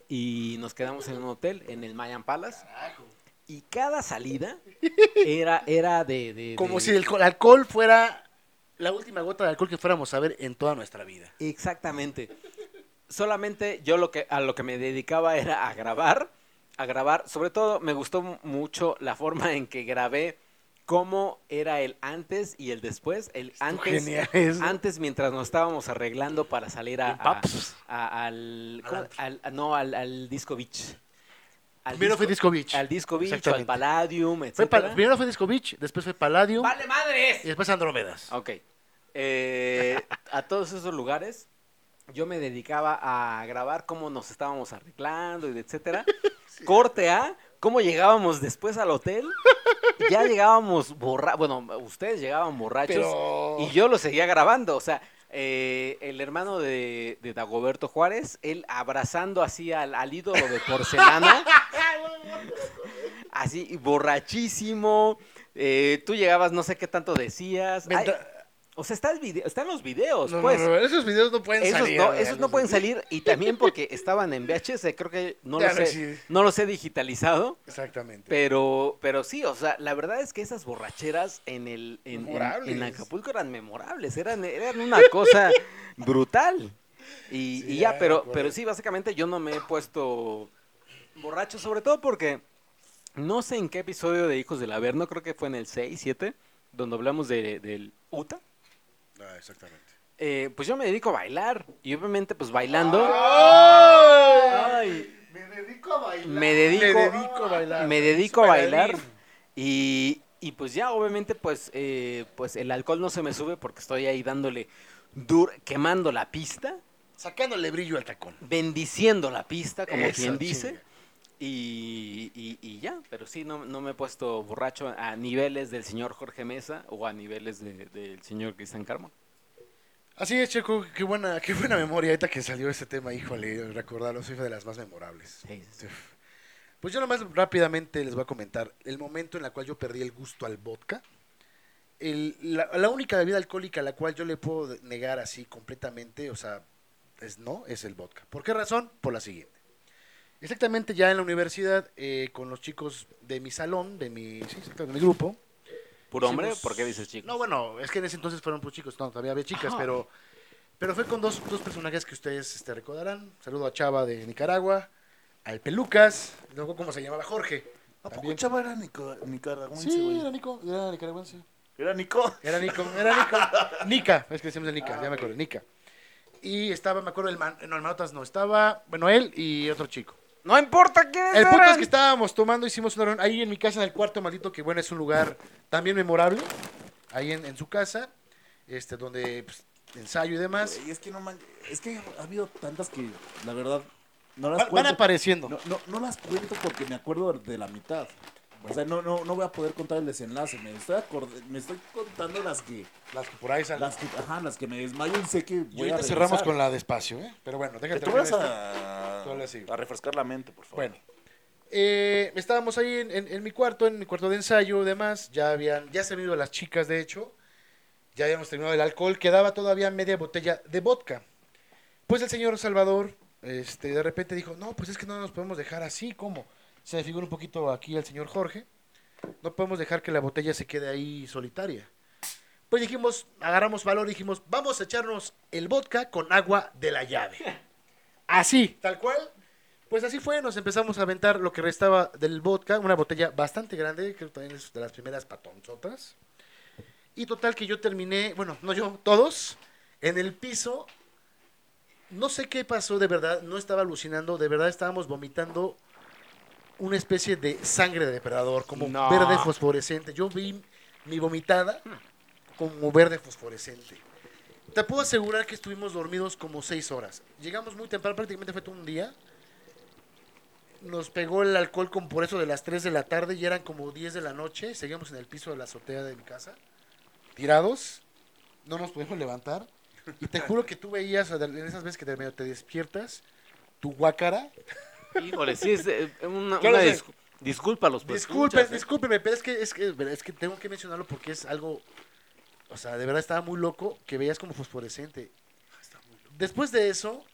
Speaker 2: y nos quedamos en un hotel en el Mayan Palace. Y cada salida era, era de, de-
Speaker 1: Como
Speaker 2: de-
Speaker 1: si el co- alcohol fuera la última gota de alcohol que fuéramos a ver en toda nuestra vida.
Speaker 2: Exactamente. Solamente yo lo que, a lo que me dedicaba era a grabar, a grabar. Sobre todo me gustó mu- mucho la forma en que grabé cómo era el antes y el después. El antes,
Speaker 1: Genial eso.
Speaker 2: antes mientras nos estábamos arreglando para salir a,
Speaker 1: En Paps.
Speaker 2: a- al,
Speaker 1: A
Speaker 2: ¿cómo?
Speaker 1: la-
Speaker 2: Al- a- no al, al disco beach al
Speaker 1: Primero fue Disco Beach.
Speaker 2: al disco beach o al
Speaker 1: Exactamente.
Speaker 2: palladium
Speaker 1: Fue
Speaker 2: etcétera
Speaker 1: pa- primero fue Disco Beach, después fue Palladium
Speaker 2: vale madres
Speaker 1: y después Andrómedas.
Speaker 2: ok Eh, a todos esos lugares yo me dedicaba a grabar cómo nos estábamos arreglando y
Speaker 1: *laughs*
Speaker 2: etcétera corte a cómo llegábamos después al hotel ya llegábamos borrachos bueno ustedes llegaban borrachos y yo lo seguía grabando, o sea, eh, el hermano de, de Dagoberto Juárez, él abrazando así al, al ídolo de
Speaker 1: *laughs*
Speaker 2: porcelana, así borrachísimo, eh, tú llegabas, no sé qué tanto decías. ay, o sea, está el video- están los videos,
Speaker 1: No, no,
Speaker 2: pues.
Speaker 1: no, esos videos no pueden
Speaker 2: Esos,
Speaker 1: salir. eh,
Speaker 2: no,
Speaker 1: ¿verdad?
Speaker 2: esos no pueden salir y también porque estaban en VHS, creo que no
Speaker 1: Ya
Speaker 2: los
Speaker 1: no
Speaker 2: he,
Speaker 1: existe.
Speaker 2: no los he digitalizado,
Speaker 1: Exactamente.
Speaker 2: pero, pero sí, o sea, la verdad es que esas borracheras en el en, en- en
Speaker 5: Memorables.
Speaker 2: Acapulco eran memorables, eran, eran una cosa brutal. Y, y ya, pero, pero sí, básicamente yo no me he puesto borracho, sobre todo porque no sé en qué episodio de Hijos del Averno, creo que fue en el 6, 7, donde hablamos de, del UTA.
Speaker 1: Ah, exactamente.
Speaker 2: Eh, pues yo me dedico a bailar. Y obviamente, pues bailando. Ay,
Speaker 3: Me dedico a bailar.
Speaker 2: me dedico,
Speaker 1: dedico
Speaker 3: Ah,
Speaker 1: a bailar.
Speaker 2: me dedico a
Speaker 3: Bailarín.
Speaker 2: bailar. Y, y pues ya, obviamente, pues, eh, pues el alcohol no se me sube porque estoy ahí dándole dur quemando la pista,
Speaker 1: Sacándole brillo al tacón.
Speaker 2: bendiciendo la pista, como
Speaker 1: Eso,
Speaker 2: quien dice.
Speaker 1: chinga.
Speaker 2: Y, y- y ya, pero sí, no, no me he puesto borracho a niveles del señor Jorge Mesa o a niveles de- del señor Cristian Carmona.
Speaker 5: Así es, Checo, qué buena, qué buena memoria ahorita que salió este tema, híjole, recordarlo, soy de las más memorables. Uf. Pues yo nomás rápidamente les voy a comentar el momento en la cual yo perdí el gusto al vodka. El- la, la única bebida alcohólica a la cual yo le puedo de- negar así completamente, o sea, es no, es el vodka. ¿Por qué razón? Por la siguiente. Exactamente ya en la universidad, eh, con los chicos de mi salón, de mi, sí, exacto, de mi grupo,
Speaker 2: ¿Puro hombre?
Speaker 1: Hicimos-
Speaker 2: ¿Por qué dices chico?
Speaker 1: pues, No, bueno, es que en ese entonces fueron puros chicos, no, todavía había chicas, pero pero fue con dos, dos personajes que ustedes este, recordarán. Saludo a Chava de Nicaragua, al Pelucas, luego cómo se llamaba Jorge.
Speaker 3: ¿A poco
Speaker 1: También.
Speaker 3: Chava era nico- nicaragüense,
Speaker 1: Sí,
Speaker 3: güey?
Speaker 1: era Nico, era nicaragüense.
Speaker 3: Era Nico.
Speaker 1: Era Nico, era Nico. Nica, es que decíamos el Nica, ya me acuerdo, Nica. Y estaba, me acuerdo, el man, no, el Manotas no, estaba, bueno, él y otro chico.
Speaker 2: No importa quién
Speaker 1: El punto es que estábamos tomando, hicimos una reunión ahí en mi casa, en el cuarto maldito, que bueno, es un lugar también memorable, ahí en, en su casa, este, donde pues, ensayo y demás.
Speaker 3: Y es que no man- es que ha habido tantas que la verdad no las
Speaker 1: Van, van
Speaker 3: cuento.
Speaker 1: apareciendo.
Speaker 3: No, no, no las cuento porque me acuerdo de la mitad. O sea, no, no, no voy a poder contar el desenlace. Me estoy, acorde- me estoy contando las que,
Speaker 1: Las que por ahí salen.
Speaker 3: las que, ajá, las que me desmayo y sé que voy
Speaker 5: y ahorita
Speaker 3: a
Speaker 5: cerramos
Speaker 3: regresar.
Speaker 5: con la despacio, ¿eh? Pero bueno, déjate.
Speaker 3: Tú vas
Speaker 5: terminar
Speaker 3: a,
Speaker 5: Tú hablas así.
Speaker 3: a refrescar la mente, por
Speaker 5: esto.
Speaker 3: favor.
Speaker 5: Bueno,
Speaker 1: Eh, estábamos ahí en, en- en mi cuarto, en mi cuarto de ensayo y demás, ya habían, ya se habían ido las chicas, de hecho, ya habíamos terminado el alcohol, quedaba todavía media botella de vodka. Pues el señor Salvador, este, de repente dijo, no, pues es que no nos podemos dejar así, ¿cómo? Se me figura un poquito aquí al señor Jorge, no podemos dejar que la botella se quede ahí solitaria. Pues dijimos, agarramos valor, y dijimos, vamos a echarnos el vodka con agua de la llave. Así, tal cual. Pues así fue, nos empezamos a aventar lo que restaba del vodka, una botella bastante grande, creo que también es de las primeras patonzotas. Y total que yo terminé, bueno, no yo, todos, en el piso. No sé qué pasó, de verdad, no estaba alucinando, de verdad estábamos vomitando una especie de sangre de depredador, como
Speaker 2: No.
Speaker 1: verde fosforescente. Yo vi mi vomitada como verde fosforescente. Te puedo asegurar que estuvimos dormidos como seis horas. Llegamos muy temprano, prácticamente fue todo un día. Nos pegó el alcohol como por eso de las 3 de la tarde y eran como 10 de la noche. Seguíamos en el piso de la azotea de mi casa, tirados. No nos pudimos levantar. Y te juro que tú veías, en esas veces que te, medio te despiertas, tu guácara.
Speaker 2: Pues Híjole, sí, es eh, una,
Speaker 1: Yo lo
Speaker 2: una
Speaker 1: sé.
Speaker 2: discu- disculpa a los pues,
Speaker 1: Disculpen,
Speaker 2: escuchas, ¿eh?
Speaker 1: discúlpeme, pero es que, es, que, es que tengo que mencionarlo porque es algo. O sea, de verdad estaba muy loco que veías como fosforescente. Después de eso,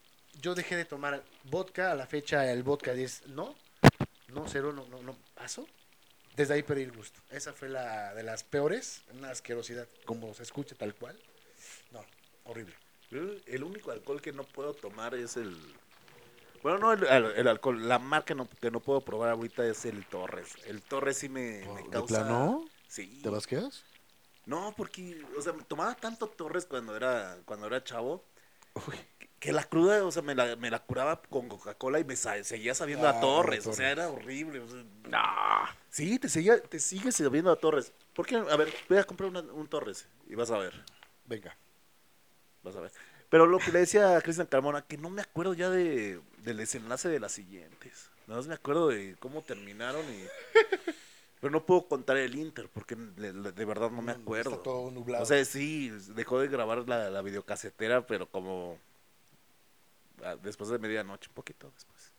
Speaker 1: yo dejé de tomar vodka. A la fecha, el vodka 10, no. No, cero, no, no, no. Paso. Desde ahí perdí el gusto. Esa fue la de las peores. Una asquerosidad, como se escucha tal cual. No, horrible.
Speaker 3: El, el único alcohol que no puedo tomar es el. Bueno, no el, el- el alcohol. La marca no- que no puedo probar ahorita es el Torres. El Torres sí me, me causa. Sí.
Speaker 1: Vasqueas?
Speaker 3: No, porque, o sea, tomaba tanto Torres cuando era, cuando era chavo. que- Que la cruda, o sea, me la, me la curaba con Coca-Cola y me sa- seguía sabiendo a
Speaker 5: Ah,
Speaker 3: Torres, O sea,
Speaker 5: Torres.
Speaker 3: era horrible. o sea,
Speaker 2: No.
Speaker 3: sí, te, seguía, te sigue sabiendo a Torres. ¿Por qué? A ver, voy a comprar una- un Torres y vas a ver.
Speaker 5: venga.
Speaker 3: Vas a ver. Pero lo que le decía a Cristian Carmona, que no me acuerdo ya de, del desenlace de las siguientes. Nada más me acuerdo de cómo terminaron y... Pero no puedo contar el Inter porque le- le- de verdad no me acuerdo.
Speaker 5: pues, Está todo nublado.
Speaker 3: O sea, sí, dejó de grabar la, la videocasetera, pero como... ah, Después de medianoche, un poquito después.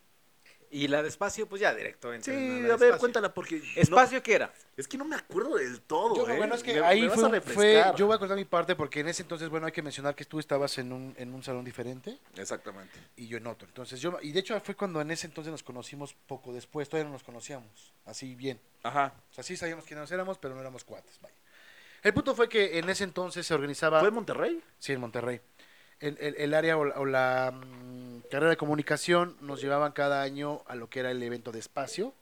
Speaker 2: Y la de espacio, pues ya directo.
Speaker 3: Sí,
Speaker 2: entra en la de
Speaker 3: a ver,
Speaker 2: espacio.
Speaker 3: cuéntala porque... no-
Speaker 2: ¿Espacio qué era?
Speaker 3: es que no me acuerdo del todo.
Speaker 5: Yo,
Speaker 3: ¿eh?
Speaker 5: bueno, es que
Speaker 3: Me- me
Speaker 5: ahí
Speaker 3: vas
Speaker 5: fue-
Speaker 3: a
Speaker 5: fue-
Speaker 3: refrescar.
Speaker 5: yo voy a contar mi parte porque en ese entonces, bueno, hay que mencionar que tú estabas en un, en un salón diferente
Speaker 3: Exactamente.
Speaker 5: y yo en otro. Entonces yo, y de hecho fue cuando en ese entonces nos conocimos poco después, todavía no nos conocíamos, así bien.
Speaker 3: Ajá.
Speaker 5: O sea, sí sabíamos quiénes éramos, pero no éramos cuates, vaya. El punto fue que en ese entonces se organizaba,
Speaker 3: ¿Fue en Monterrey?
Speaker 5: sí, en Monterrey, el, el- el área o la, o la, mm, carrera de comunicación nos llevaban cada año a lo que era el evento de espacio.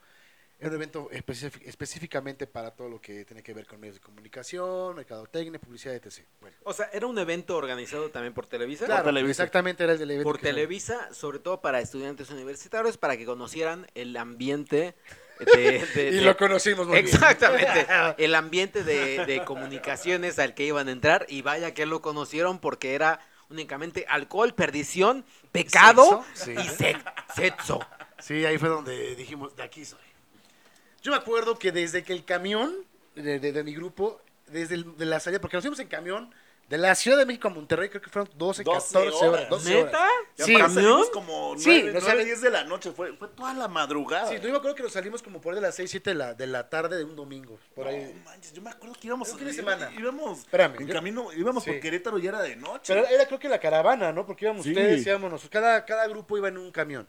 Speaker 5: Era un evento específic- específicamente para todo lo que tiene que ver con medios de comunicación, mercadotecnia, publicidad, etc. Bueno.
Speaker 2: O sea, era un evento organizado también por Televisa.
Speaker 5: Claro,
Speaker 3: Televisa.
Speaker 5: exactamente era el del evento.
Speaker 2: por
Speaker 5: que se-
Speaker 2: Televisa, sobre todo para estudiantes universitarios, para que conocieran el ambiente de...
Speaker 1: *laughs*
Speaker 2: de-
Speaker 5: Y
Speaker 2: de-
Speaker 5: lo conocimos muy
Speaker 2: Exactamente, el ambiente de, de comunicaciones al que iban a entrar y vaya que lo conocieron porque era únicamente alcohol, perdición, pecado
Speaker 5: Sexo, sí.
Speaker 2: y se- sexo.
Speaker 1: Sí, ahí fue donde dijimos, de aquí soy.
Speaker 5: Yo me acuerdo que desde que el camión de, de- de mi grupo, desde el- de la salida, porque nos fuimos en camión
Speaker 1: De la Ciudad de México a Monterrey creo que fueron 12,
Speaker 3: 12
Speaker 1: 14 horas.
Speaker 3: horas.
Speaker 1: 12 horas.
Speaker 2: ¿Neta?
Speaker 3: Y
Speaker 1: Sí.
Speaker 3: aparte
Speaker 2: ¿Camión?
Speaker 3: salimos como
Speaker 1: Sí,
Speaker 3: 9,
Speaker 1: no sale-
Speaker 3: 10 de la noche. Fue, fue toda la madrugada.
Speaker 1: Sí, yo me acuerdo que nos salimos como por ahí de las 6, 7 de la, de la tarde de un domingo. Por ahí.
Speaker 3: No manches, yo me acuerdo que íbamos.
Speaker 1: Era un fin de
Speaker 3: íb-
Speaker 1: semana.
Speaker 3: Íbamos.
Speaker 1: Espérame,
Speaker 3: En
Speaker 1: yo-
Speaker 3: camino, íbamos
Speaker 1: Sí.
Speaker 3: por Querétaro y era de noche.
Speaker 1: Pero era, era creo que la caravana, ¿no? Porque íbamos
Speaker 3: Sí.
Speaker 1: ustedes, íbamos nosotros. Cada, cada grupo iba en un camión.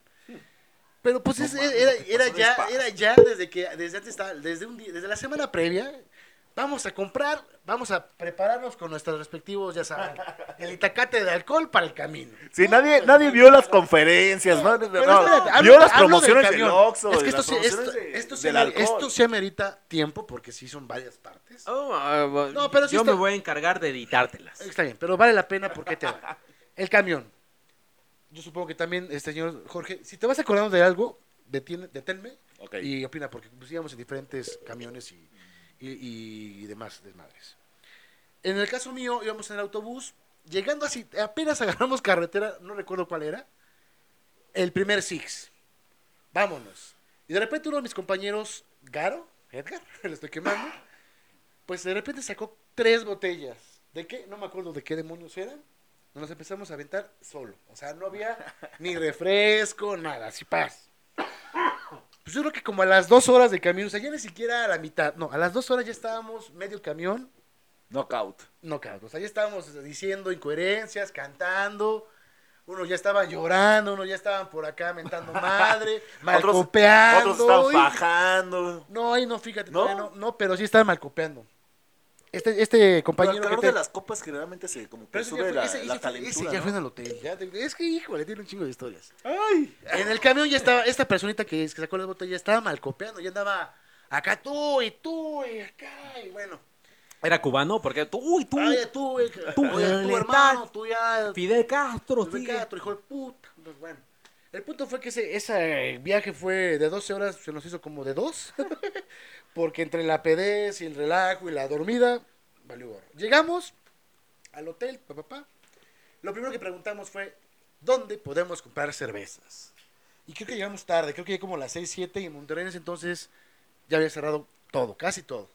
Speaker 1: Pero pues es-
Speaker 3: mames,
Speaker 1: era,
Speaker 3: lo que
Speaker 1: era
Speaker 3: pasó
Speaker 1: ya,
Speaker 3: despacio.
Speaker 1: era ya desde que, desde antes estaba- desde un día- desde la semana previa, vamos a comprar, vamos a prepararnos con nuestros respectivos, ya
Speaker 3: *laughs*
Speaker 1: saben, el itacate de alcohol para el camino.
Speaker 3: Sí, nadie, nadie vio las conferencias, ¿no? No,
Speaker 1: Pero espérate, hablo-
Speaker 3: vio
Speaker 1: hablo del
Speaker 3: las promociones del,
Speaker 1: camión.
Speaker 3: Oxxo.
Speaker 1: Es que
Speaker 3: de
Speaker 1: esto,
Speaker 3: las
Speaker 1: sí, esto,
Speaker 3: promociones de-
Speaker 1: esto sí
Speaker 3: del
Speaker 1: me-
Speaker 3: alcohol.
Speaker 1: esto sí amerita tiempo porque sí son varias partes.
Speaker 2: Oh, ah, bueno,
Speaker 1: No, pero sí
Speaker 2: yo
Speaker 1: está-
Speaker 2: me voy a encargar de editártelas.
Speaker 1: Está bien, pero vale la pena porque te va. El camión. Yo supongo que también, este señor Jorge, si te vas acordando de algo, detiene- deténme
Speaker 3: Ok.
Speaker 1: y opina, porque pues, íbamos en diferentes camiones y, y- y demás desmadres. En el caso mío, íbamos en el autobús, llegando así, apenas agarramos carretera, no recuerdo cuál era, el primer Six. Vámonos. Y de repente uno de mis compañeros, Garo, Edgar, *laughs* lo estoy quemando, pues de repente sacó tres botellas. ¿De qué? No me acuerdo de qué demonios eran. Nos las empezamos a aventar solo. O sea, no había ni refresco, nada, así paz. Pues yo creo que como a las dos horas de camión, o sea, ya ni siquiera a la mitad, no, a las dos horas ya estábamos medio camión,
Speaker 3: Knockout.
Speaker 1: no cabrón. O sea, ya estábamos diciendo incoherencias, cantando. Uno ya estaba llorando, uno ya estaban por acá
Speaker 3: *laughs*
Speaker 1: mentando madre, malcopeando.
Speaker 3: Otros están
Speaker 1: y-
Speaker 3: fajando.
Speaker 1: No, ahí no, fíjate,
Speaker 3: ¿No?
Speaker 1: todavía ¿No? no, pero sí estaban malcopeando. Este, este
Speaker 3: Pero
Speaker 1: compañero
Speaker 3: el
Speaker 1: que
Speaker 3: calor
Speaker 1: te-
Speaker 3: de las copas generalmente se como que
Speaker 1: Pero ese ya
Speaker 3: sube
Speaker 1: fue-
Speaker 3: la,
Speaker 1: ese-
Speaker 3: la
Speaker 1: ese fue- ese
Speaker 3: calentura.
Speaker 1: ya
Speaker 3: ¿no?
Speaker 1: fue en el hotel. ya te- es que, híjole, tiene un chingo de historias. En el camión ya estaba esta personita que, que sacó las botellas, estaba malcopeando, ya andaba acá tú y tú y acá y bueno.
Speaker 2: ¿Era cubano? Porque tú, uy, tú,
Speaker 1: Oye, tú, eh,
Speaker 2: tú,
Speaker 1: oye,
Speaker 2: letal.
Speaker 1: tu hermano, tú ya
Speaker 2: Fidel Castro,
Speaker 1: Fidel
Speaker 2: sí.
Speaker 1: Castro, hijo de puta. Entonces, bueno. El punto fue que ese, ese viaje fue de 12 horas, se nos hizo como de dos. *laughs* porque entre la pedez y el relajo y la dormida, valió gorro. Llegamos al hotel, papá, papá. Lo primero que preguntamos fue, ¿dónde podemos comprar cervezas? Y creo que llegamos tarde, creo que ya como las 6, 7 y en Monterrey en ese entonces ya había cerrado todo, casi todo.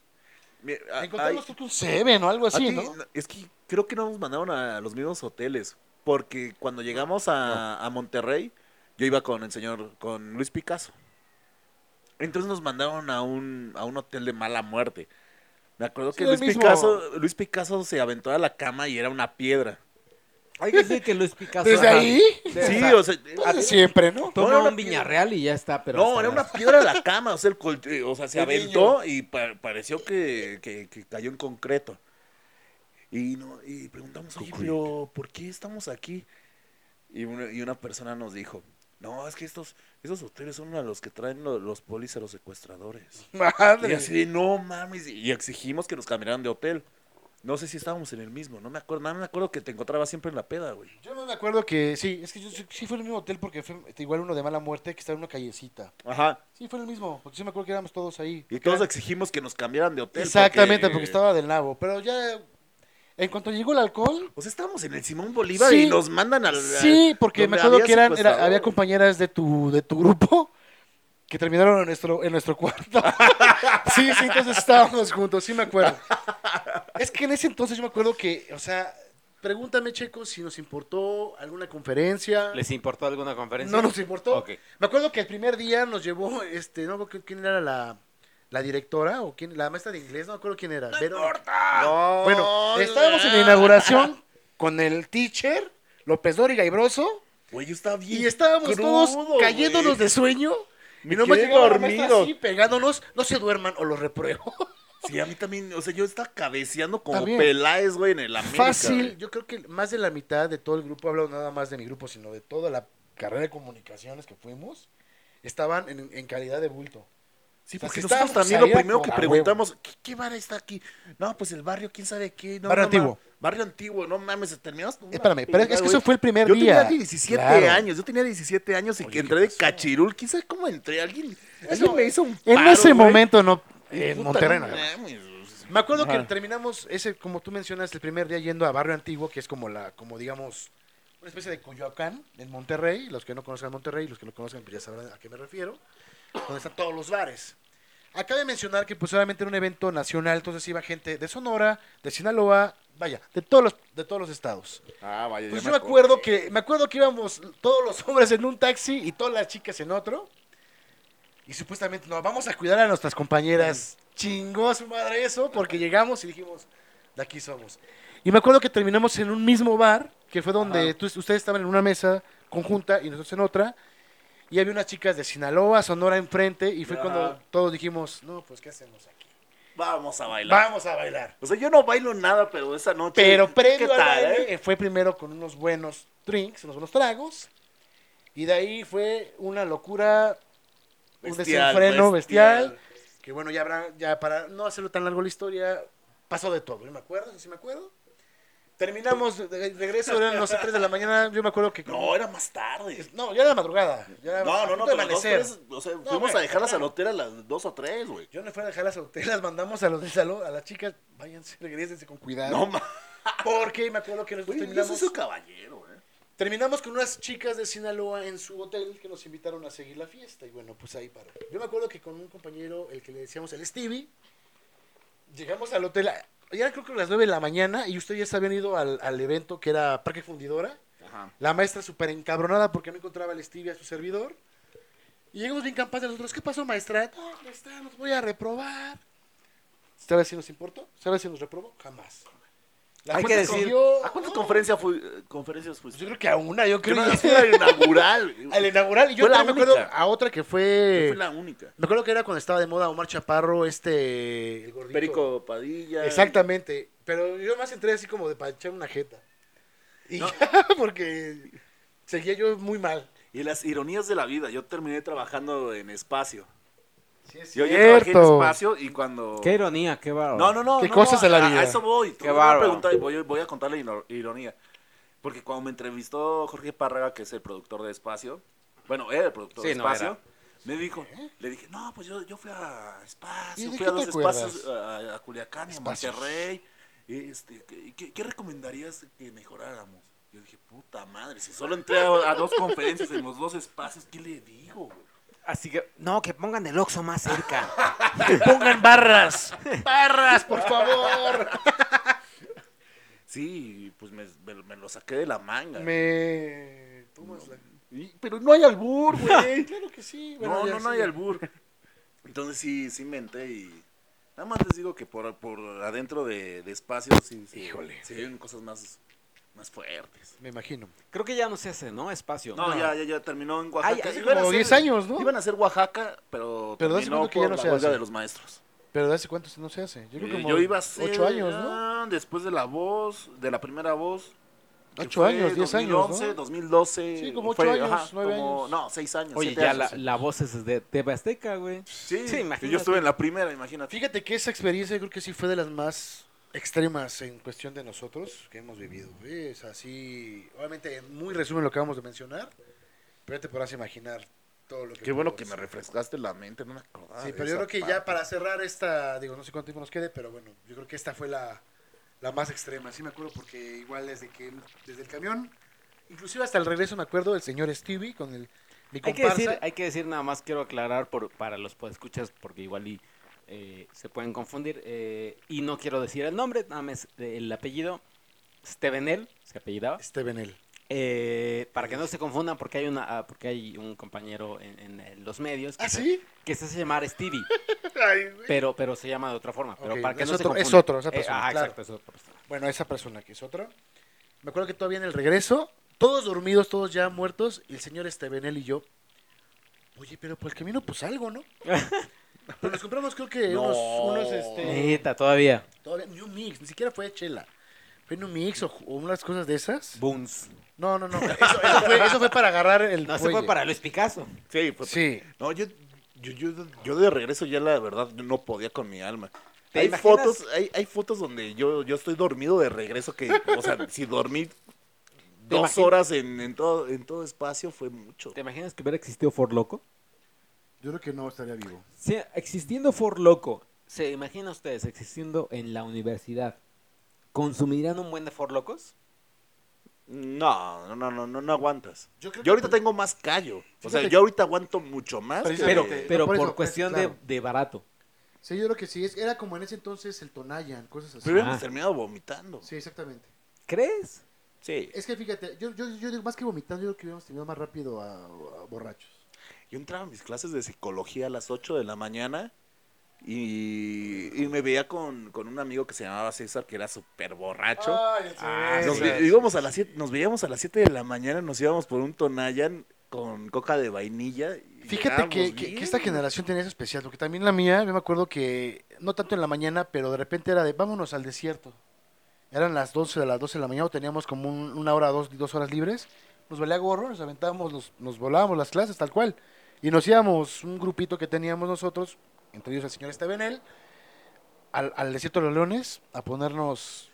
Speaker 3: Mira, a-
Speaker 1: Encontramos
Speaker 3: ay,
Speaker 1: creo que un Seven o algo
Speaker 3: a
Speaker 1: así,
Speaker 3: ti,
Speaker 1: Pues ¿no?
Speaker 3: Es que creo que no nos mandaron a los mismos hoteles. Porque cuando llegamos a, a Monterrey, yo iba con el señor, con Luis Picasso. Entonces nos mandaron a un, a un hotel de mala muerte. Me acuerdo que
Speaker 1: Sí, el
Speaker 3: Luis,
Speaker 1: mismo.
Speaker 3: Picasso, Luis Picasso se aventó a la cama y era una piedra.
Speaker 2: Hay que decir que Luis Picasso.
Speaker 1: Desde
Speaker 2: ajá,
Speaker 1: ahí,
Speaker 3: Sí, o sea,
Speaker 1: pues, de siempre, ¿no?
Speaker 2: Toma
Speaker 3: No, era
Speaker 2: un
Speaker 3: una
Speaker 2: Viñarreal y ya está, pero.
Speaker 3: no,
Speaker 2: hasta
Speaker 3: era una
Speaker 2: las-
Speaker 3: piedra de la cama, o sea, el col- eh, o sea se
Speaker 1: El
Speaker 3: aventó y pa- pareció que, que- que cayó en concreto. Y, no, y preguntamos, oye, pero ¿por qué estamos aquí? Y una, y una persona nos dijo, no, es que estos, esos hoteles son a los que traen lo- los, polis a los secuestradores. Y
Speaker 1: Madre.
Speaker 3: así, de, no mames, y exigimos que nos cambiaran de hotel. No sé si estábamos en el mismo, no me acuerdo, nada más me acuerdo que te encontraba siempre en la peda, güey.
Speaker 1: Yo no me acuerdo que sí, es que yo sí, sí fue en el mismo hotel porque fue este, igual uno de mala muerte que estaba en una callecita.
Speaker 3: Ajá.
Speaker 1: Sí, fue en el mismo, porque sí me acuerdo que éramos todos ahí.
Speaker 3: Y todos exigimos que nos cambiaran de hotel.
Speaker 1: Exactamente, porque... estaba del nabo. Pero ya, en cuanto llegó el alcohol,
Speaker 3: O sea, estábamos Pues en el Simón Bolívar
Speaker 1: Sí.
Speaker 3: y nos mandan al. al-
Speaker 1: sí, porque me
Speaker 3: donde
Speaker 1: acuerdo
Speaker 3: había
Speaker 1: que eran, era-
Speaker 3: secuestrador.
Speaker 1: había compañeras de tu, de tu grupo *laughs* que terminaron en nuestro, en nuestro cuarto. *laughs* sí, sí, entonces estábamos juntos, sí me acuerdo. Es que en ese entonces yo me acuerdo que, o sea, pregúntame, Checo, si nos importó alguna conferencia.
Speaker 2: ¿Les importó alguna conferencia?
Speaker 1: No nos importó.
Speaker 2: Ok.
Speaker 1: Me acuerdo que el primer día nos llevó, este, no me acuerdo quién era la, la directora o quién, la maestra de inglés, no me acuerdo quién era. Vero-
Speaker 3: No,
Speaker 1: Bueno, estábamos en la inauguración con el teacher, López Dóriga y Broso,
Speaker 3: Güey, yo estaba bien.
Speaker 1: y estábamos
Speaker 3: crudo,
Speaker 1: todos cayéndonos
Speaker 3: güey.
Speaker 1: de sueño.
Speaker 3: Me
Speaker 1: Y nomás
Speaker 3: quedé
Speaker 1: llegaba la maestra
Speaker 3: dormido.
Speaker 1: así, pegándonos, no se duerman o los
Speaker 3: *laughs*
Speaker 1: repruebo.
Speaker 3: Sí, a mí también. O sea, yo estaba cabeceando como
Speaker 1: Está bien.
Speaker 3: Peláez, güey, en el América.
Speaker 1: Fácil,
Speaker 3: güey.
Speaker 1: yo creo que más de la mitad de todo el grupo, hablo nada más de mi grupo, sino de toda la carrera de comunicaciones que fuimos, estaban en- en calidad de bulto.
Speaker 3: Sí,
Speaker 1: O sea, sí
Speaker 3: porque nosotros
Speaker 1: estábamos
Speaker 3: también lo
Speaker 1: ahí a
Speaker 3: primero que
Speaker 1: toda huevo.
Speaker 3: preguntamos, ¿qué, qué bar está aquí? No, pues el barrio, quién sabe qué. No,
Speaker 1: Barrio
Speaker 3: no,
Speaker 1: antiguo.
Speaker 3: ma- barrio antiguo, no mames, terminaste. con una
Speaker 1: Eh, Espérame, pero es
Speaker 3: peda,
Speaker 1: que
Speaker 3: güey.
Speaker 1: eso fue el primer
Speaker 3: Yo
Speaker 1: día.
Speaker 3: tenía 17
Speaker 1: Claro.
Speaker 3: años, yo tenía 17 años y
Speaker 1: Oye,
Speaker 3: que
Speaker 1: ¿qué
Speaker 3: entré de
Speaker 1: pasó?
Speaker 3: cachirul, quién sabe cómo entré, alguien, alguien me hizo un
Speaker 1: En
Speaker 3: paro,
Speaker 1: ese
Speaker 3: güey.
Speaker 1: momento no.
Speaker 3: Y
Speaker 1: En
Speaker 3: puta,
Speaker 1: Monterrey.
Speaker 3: no
Speaker 1: nada más.
Speaker 3: mames.
Speaker 1: Me acuerdo que
Speaker 3: Ajá.
Speaker 1: terminamos ese, como tú mencionas, el primer día yendo a Barrio Antiguo, que es como la, como digamos, una especie de Coyoacán en Monterrey. Los que no conozcan Monterrey, los que lo conozcan, pues ya sabrán a qué me refiero. Donde están todos los bares. Acaba de mencionar que pues obviamente era un evento nacional, entonces iba gente de Sonora, de Sinaloa, vaya, de todos los, de todos los estados.
Speaker 6: Ah, vaya.
Speaker 1: Pues
Speaker 6: ya
Speaker 1: yo me acuerdo que me acuerdo que íbamos todos los hombres en un taxi y todas las chicas en otro. Y supuestamente no, vamos a cuidar a nuestras compañeras. Chingó a su madre eso porque llegamos y dijimos, de aquí somos. Y me acuerdo que terminamos en un mismo bar, que fue donde tú- ustedes estaban en una mesa conjunta y nosotros en otra. Y había unas chicas de Sinaloa, Sonora enfrente, y fue
Speaker 3: Ajá.
Speaker 1: cuando todos dijimos, no, pues ¿qué hacemos aquí?
Speaker 3: Vamos a bailar.
Speaker 1: Vamos a bailar.
Speaker 3: O sea, yo no bailo nada, pero esa noche.
Speaker 1: Pero
Speaker 3: ¿qué
Speaker 1: previo al
Speaker 3: tal,
Speaker 1: baile,
Speaker 3: eh?
Speaker 1: eh, fue primero con unos buenos drinks, unos buenos tragos. Y de ahí fue una locura, un
Speaker 3: Bestial,
Speaker 1: desenfreno bestial.
Speaker 3: bestial.
Speaker 1: Que bueno, ya habrá, ya para no hacerlo tan largo la historia, pasó de todo. Yo me acuerdo, sí me acuerdo. Terminamos, de- de- regreso, eran las 3 de la mañana. Yo me acuerdo que.
Speaker 3: No, era más tarde.
Speaker 1: No, ya era madrugada. ya era a
Speaker 3: No, no,
Speaker 1: punto
Speaker 3: no,
Speaker 1: de
Speaker 3: pero dos,
Speaker 1: amanecer.
Speaker 3: tres, o sea, fuimos
Speaker 1: güey,
Speaker 3: a dejarlas al
Speaker 1: claro.
Speaker 3: hotel a las dos o tres, güey.
Speaker 1: pues, Yo no fui a dejar las hotel, las mandamos a los del salón, a las chicas, váyanse, regresense con cuidado.
Speaker 3: No, ma.
Speaker 1: Porque me acuerdo que nosotros
Speaker 3: Oye, yo soy
Speaker 1: pues terminamos.
Speaker 3: su caballero, eh.
Speaker 1: Terminamos con unas chicas de Sinaloa en su hotel que nos invitaron a seguir la fiesta y bueno, pues ahí paró. Yo me acuerdo que con un compañero, el que le decíamos el Stevie, llegamos al hotel, a- ya creo que a las 9 de la mañana y ustedes ya habían ido al, al evento que era Parque Fundidora.
Speaker 6: Ajá.
Speaker 1: La maestra súper encabronada porque no encontraba al Stevie a su servidor. Y llegamos bien campados nosotros, ¿qué pasó maestra? No, maestra, nos voy a reprobar. ¿Sabes si nos importó? ¿Sabes si nos reprobó? Jamás. La
Speaker 2: Hay
Speaker 1: jueza
Speaker 2: que decir,
Speaker 1: escogió-
Speaker 3: ¿A cuántas
Speaker 1: No,
Speaker 3: conferencia fui- eh, conferencias
Speaker 1: pues
Speaker 3: fuiste?
Speaker 1: yo creo que a una, yo creo
Speaker 3: Yo
Speaker 1: *laughs*
Speaker 3: nada
Speaker 1: que
Speaker 3: más fui a la inaugural.
Speaker 1: *laughs*
Speaker 3: güey.
Speaker 1: al inaugural. Y yo
Speaker 3: Fue la
Speaker 1: también me acuerdo
Speaker 3: única.
Speaker 1: a otra que
Speaker 3: Yo
Speaker 1: fue.
Speaker 3: fui la única.
Speaker 1: Me acuerdo que era cuando estaba de moda Omar Chaparro, este. El gordito.
Speaker 3: Perico Padilla.
Speaker 1: Exactamente. Pero yo más entré así como de para echar una jeta. Y ya, *laughs* porque seguía yo muy mal.
Speaker 3: Y las ironías de la vida. Yo terminé trabajando en espacio.
Speaker 1: Sí, es
Speaker 3: Yo, yo trabajé en espacio y cuando.
Speaker 2: Qué ironía, qué bárbaro.
Speaker 3: No, no, no.
Speaker 1: Qué
Speaker 3: no,
Speaker 1: cosas
Speaker 3: no,
Speaker 1: de la
Speaker 3: a-
Speaker 1: vida.
Speaker 3: A eso voy. Tú
Speaker 2: Qué
Speaker 3: me
Speaker 2: bárbaro.
Speaker 3: preguntas y voy, voy a contar la ino- ironía. Porque cuando me entrevistó Jorge Párraga, que es el productor de Espacio, bueno, era el productor
Speaker 2: Sí,
Speaker 3: de
Speaker 2: no,
Speaker 3: Espacio,
Speaker 2: era.
Speaker 3: me dijo, le dije, no, pues yo, yo fui a
Speaker 1: ¿Y
Speaker 3: Espacio,
Speaker 1: de
Speaker 3: fui
Speaker 1: qué
Speaker 3: a
Speaker 1: te
Speaker 3: los
Speaker 1: acuerdas?
Speaker 3: espacios, a, a Culiacán y a
Speaker 1: Espacios.
Speaker 3: Monterrey. Este, ¿qué, qué, qué recomendarías que mejoráramos? Yo dije, puta madre, si solo entré a, a dos conferencias en los dos espacios, ¿qué le digo? güey?"
Speaker 2: Así que, no, que pongan el Oxxo más cerca.
Speaker 1: Pongan barras. Barras, por favor.
Speaker 3: Sí, pues me, me- me lo saqué de la
Speaker 1: *laughs*
Speaker 3: manga.
Speaker 1: Me. tomas la-
Speaker 3: Y- pero no hay albur, *laughs* güey.
Speaker 1: Claro que sí. *laughs*
Speaker 3: no,
Speaker 1: ya
Speaker 3: no, no hay
Speaker 1: sigue.
Speaker 3: albur. Entonces sí, sí menté y... Nada más les digo que por, por adentro de, de espacios sí, sí,
Speaker 1: Híjole.
Speaker 3: se viven cosas más, más fuertes.
Speaker 1: Me imagino.
Speaker 2: *laughs* Creo que ya no se hace, ¿no? Espacio.
Speaker 3: No, ya, ya, ya terminó en
Speaker 2: Ay,
Speaker 3: Oaxaca.
Speaker 2: hace
Speaker 3: Iban a
Speaker 1: Como
Speaker 3: ser-
Speaker 1: 10 años, ¿no?
Speaker 3: Iban a ser Oaxaca, pero,
Speaker 1: Pero hace
Speaker 3: terminó
Speaker 1: cuánto que ya
Speaker 3: por
Speaker 1: no
Speaker 3: la
Speaker 1: se
Speaker 3: huelga
Speaker 1: hace.
Speaker 3: de los maestros.
Speaker 1: Pero de hace cuántos no se hace. Yo creo que
Speaker 3: Eh,
Speaker 1: como
Speaker 3: Yo iba a ser
Speaker 1: 8 años, ¿no?
Speaker 3: ah, después de la voz, de la primera voz. que
Speaker 1: Ocho
Speaker 3: fue
Speaker 1: años, 10 años, ¿no?
Speaker 3: 2011, 2012.
Speaker 1: Sí, como
Speaker 3: fue,
Speaker 1: ocho años,
Speaker 3: ajá,
Speaker 1: nueve
Speaker 3: como-
Speaker 1: años.
Speaker 3: No, 6 años.
Speaker 2: Oye,
Speaker 3: siete
Speaker 2: ya
Speaker 3: años.
Speaker 2: la, la voz es de TV Azteca, güey.
Speaker 3: Sí,
Speaker 2: Sí,
Speaker 3: yo
Speaker 2: imagínate.
Speaker 3: estuve en la primera, imagínate.
Speaker 1: Fíjate que esa experiencia creo que sí fue de las más extremas en cuestión de nosotros que hemos vivido. ¿eh? Es así, obviamente en muy resumen lo que acabamos de mencionar, pero ya te podrás imaginar todo lo que...
Speaker 3: Qué bueno
Speaker 1: pudo
Speaker 3: que me
Speaker 1: ser.
Speaker 3: refrescaste la mente, no me acordaba.
Speaker 1: pues, Sí,
Speaker 3: de
Speaker 1: pero yo
Speaker 3: esa
Speaker 1: creo que ya
Speaker 3: parte.
Speaker 1: para cerrar esta, digo, no sé cuánto tiempo nos quede, pero bueno, yo creo que esta fue la, la más extrema. Sí me acuerdo porque igual desde que desde el camión, inclusive hasta el regreso me acuerdo del señor Stevie con el mi
Speaker 2: Hay que,
Speaker 1: comparsa.
Speaker 2: decir, hay que decir nada más, quiero aclarar por, para los podescuchas, porque igual y, eh, se pueden confundir. eh, y no quiero decir el nombre, nada más el apellido. Stevenel, se apellidaba.
Speaker 1: Stevenel.
Speaker 2: Eh, para que no se confundan, porque hay una, ah, porque hay un compañero en, en, eh, los medios que,
Speaker 1: ¿Ah,
Speaker 2: se-
Speaker 1: sí?
Speaker 2: que se hace llamar Stevie,
Speaker 1: *laughs* Ay, güey.
Speaker 2: pero, pero se llama de otra forma. Pero
Speaker 1: Ok,
Speaker 2: para que
Speaker 1: es
Speaker 2: no se
Speaker 1: otro- es
Speaker 2: confundan.
Speaker 1: otro, es otra persona,
Speaker 2: ajá,
Speaker 1: claro.
Speaker 2: exacto, es otra persona.
Speaker 1: Bueno, esa persona que es otra. Me acuerdo que todavía en el regreso, todos dormidos, todos ya muertos, y el señor Estebenel y yo. Oye, pero por el camino, pues algo, ¿no? Pero nos compramos, creo que
Speaker 3: No.
Speaker 1: unos, unos, este.
Speaker 2: Neta, todavía.
Speaker 1: Todavía, ni un mix, ni siquiera fue chela. Fue en un mix o, o unas cosas de esas.
Speaker 2: Boons.
Speaker 1: No, no, no. Eso, eso fue, eso fue para agarrar el.
Speaker 2: No, se fue
Speaker 1: fuelle.
Speaker 2: para Luis Picasso.
Speaker 3: Sí, fue-
Speaker 1: Sí.
Speaker 3: No, yo, yo, yo, yo de regreso ya la verdad yo no podía con mi alma.
Speaker 2: ¿Te
Speaker 3: Hay
Speaker 2: imaginas?
Speaker 3: fotos, hay, hay fotos donde yo, yo estoy dormido de regreso que, o sea,
Speaker 2: *laughs*
Speaker 3: si dormí dos
Speaker 2: imaginas?
Speaker 3: horas en, en todo, en todo espacio fue mucho.
Speaker 2: ¿Te imaginas que hubiera existido For Loco?
Speaker 1: Yo creo que no estaría vivo.
Speaker 2: Sí, existiendo For Loco, ¿se imagina ustedes existiendo en la universidad? ¿Consumirían un buen de For Locos?
Speaker 3: No, no, no, no, no, no aguantas.
Speaker 1: Yo
Speaker 3: Yo,
Speaker 1: creo
Speaker 3: ahorita tengo más callo. O sea,
Speaker 1: Fíjate-
Speaker 3: yo ahorita aguanto mucho más. que-
Speaker 2: Pero,
Speaker 1: Precisamente,
Speaker 2: pero
Speaker 1: no, por
Speaker 2: por,
Speaker 1: eso,
Speaker 2: cuestión
Speaker 1: claro.
Speaker 2: de, de barato.
Speaker 5: Sí, yo creo que sí. es- Era como en ese entonces el Tonayan, cosas así.
Speaker 3: Pero hubiéramos
Speaker 2: Ah.
Speaker 3: terminado vomitando.
Speaker 5: Sí, exactamente.
Speaker 2: ¿Crees?
Speaker 3: Sí.
Speaker 5: Es que fíjate, yo, yo, yo digo, más que vomitando, yo creo que hubiéramos tenido más rápido a, a borrachos.
Speaker 3: Yo entraba a mis clases de psicología a las 8 de la mañana y, y me veía con, con un amigo que se llamaba César, que era súper borracho.
Speaker 2: Ah,
Speaker 3: nos,
Speaker 2: sí.
Speaker 3: vi- íbamos a las siete- nos veíamos a las 7 de la mañana, nos íbamos por un Tonayan con coca de vainilla. y
Speaker 5: Fíjate que,
Speaker 3: llegábamos
Speaker 5: que- que
Speaker 3: bien.
Speaker 5: esta generación tenía eso especial, porque también la mía, yo me acuerdo que, no tanto en la mañana, pero de repente era de vámonos al desierto. Eran las 12 de las 12 de la mañana, o teníamos como un- una hora, dos, dos horas libres. Nos valía gorro, nos aventábamos, nos, nos volábamos las clases, tal cual. Y nos íbamos, un grupito que teníamos nosotros, entre ellos el señor Estebenel, al, al desierto de los leones, a ponernos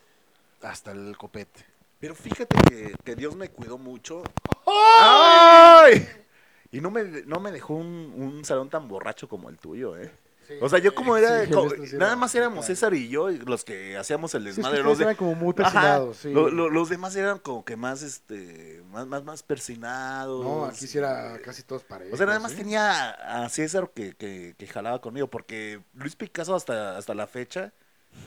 Speaker 5: hasta el copete.
Speaker 3: Pero fíjate que, que Dios me cuidó mucho. ¡Ay! Y no me, no me dejó un, un salón tan borracho como el tuyo, ¿eh? O sea, yo como era...
Speaker 5: Sí,
Speaker 3: como-
Speaker 5: esto sí
Speaker 3: nada
Speaker 5: era
Speaker 3: más éramos
Speaker 5: complicado.
Speaker 3: César y yo y los que hacíamos el
Speaker 5: Sí, es que
Speaker 3: desmadre.
Speaker 5: ustedes
Speaker 3: los de-
Speaker 5: eran como muy
Speaker 3: Ajá,
Speaker 5: persinados, sí.
Speaker 3: lo- lo- los demás eran como que más, este, más, más, más persinados.
Speaker 5: No, aquí sí era casi todos parejos.
Speaker 3: O sea, nada más
Speaker 5: ¿eh?
Speaker 3: tenía a César que, que, que jalaba conmigo, porque Luis Picasso hasta, hasta la fecha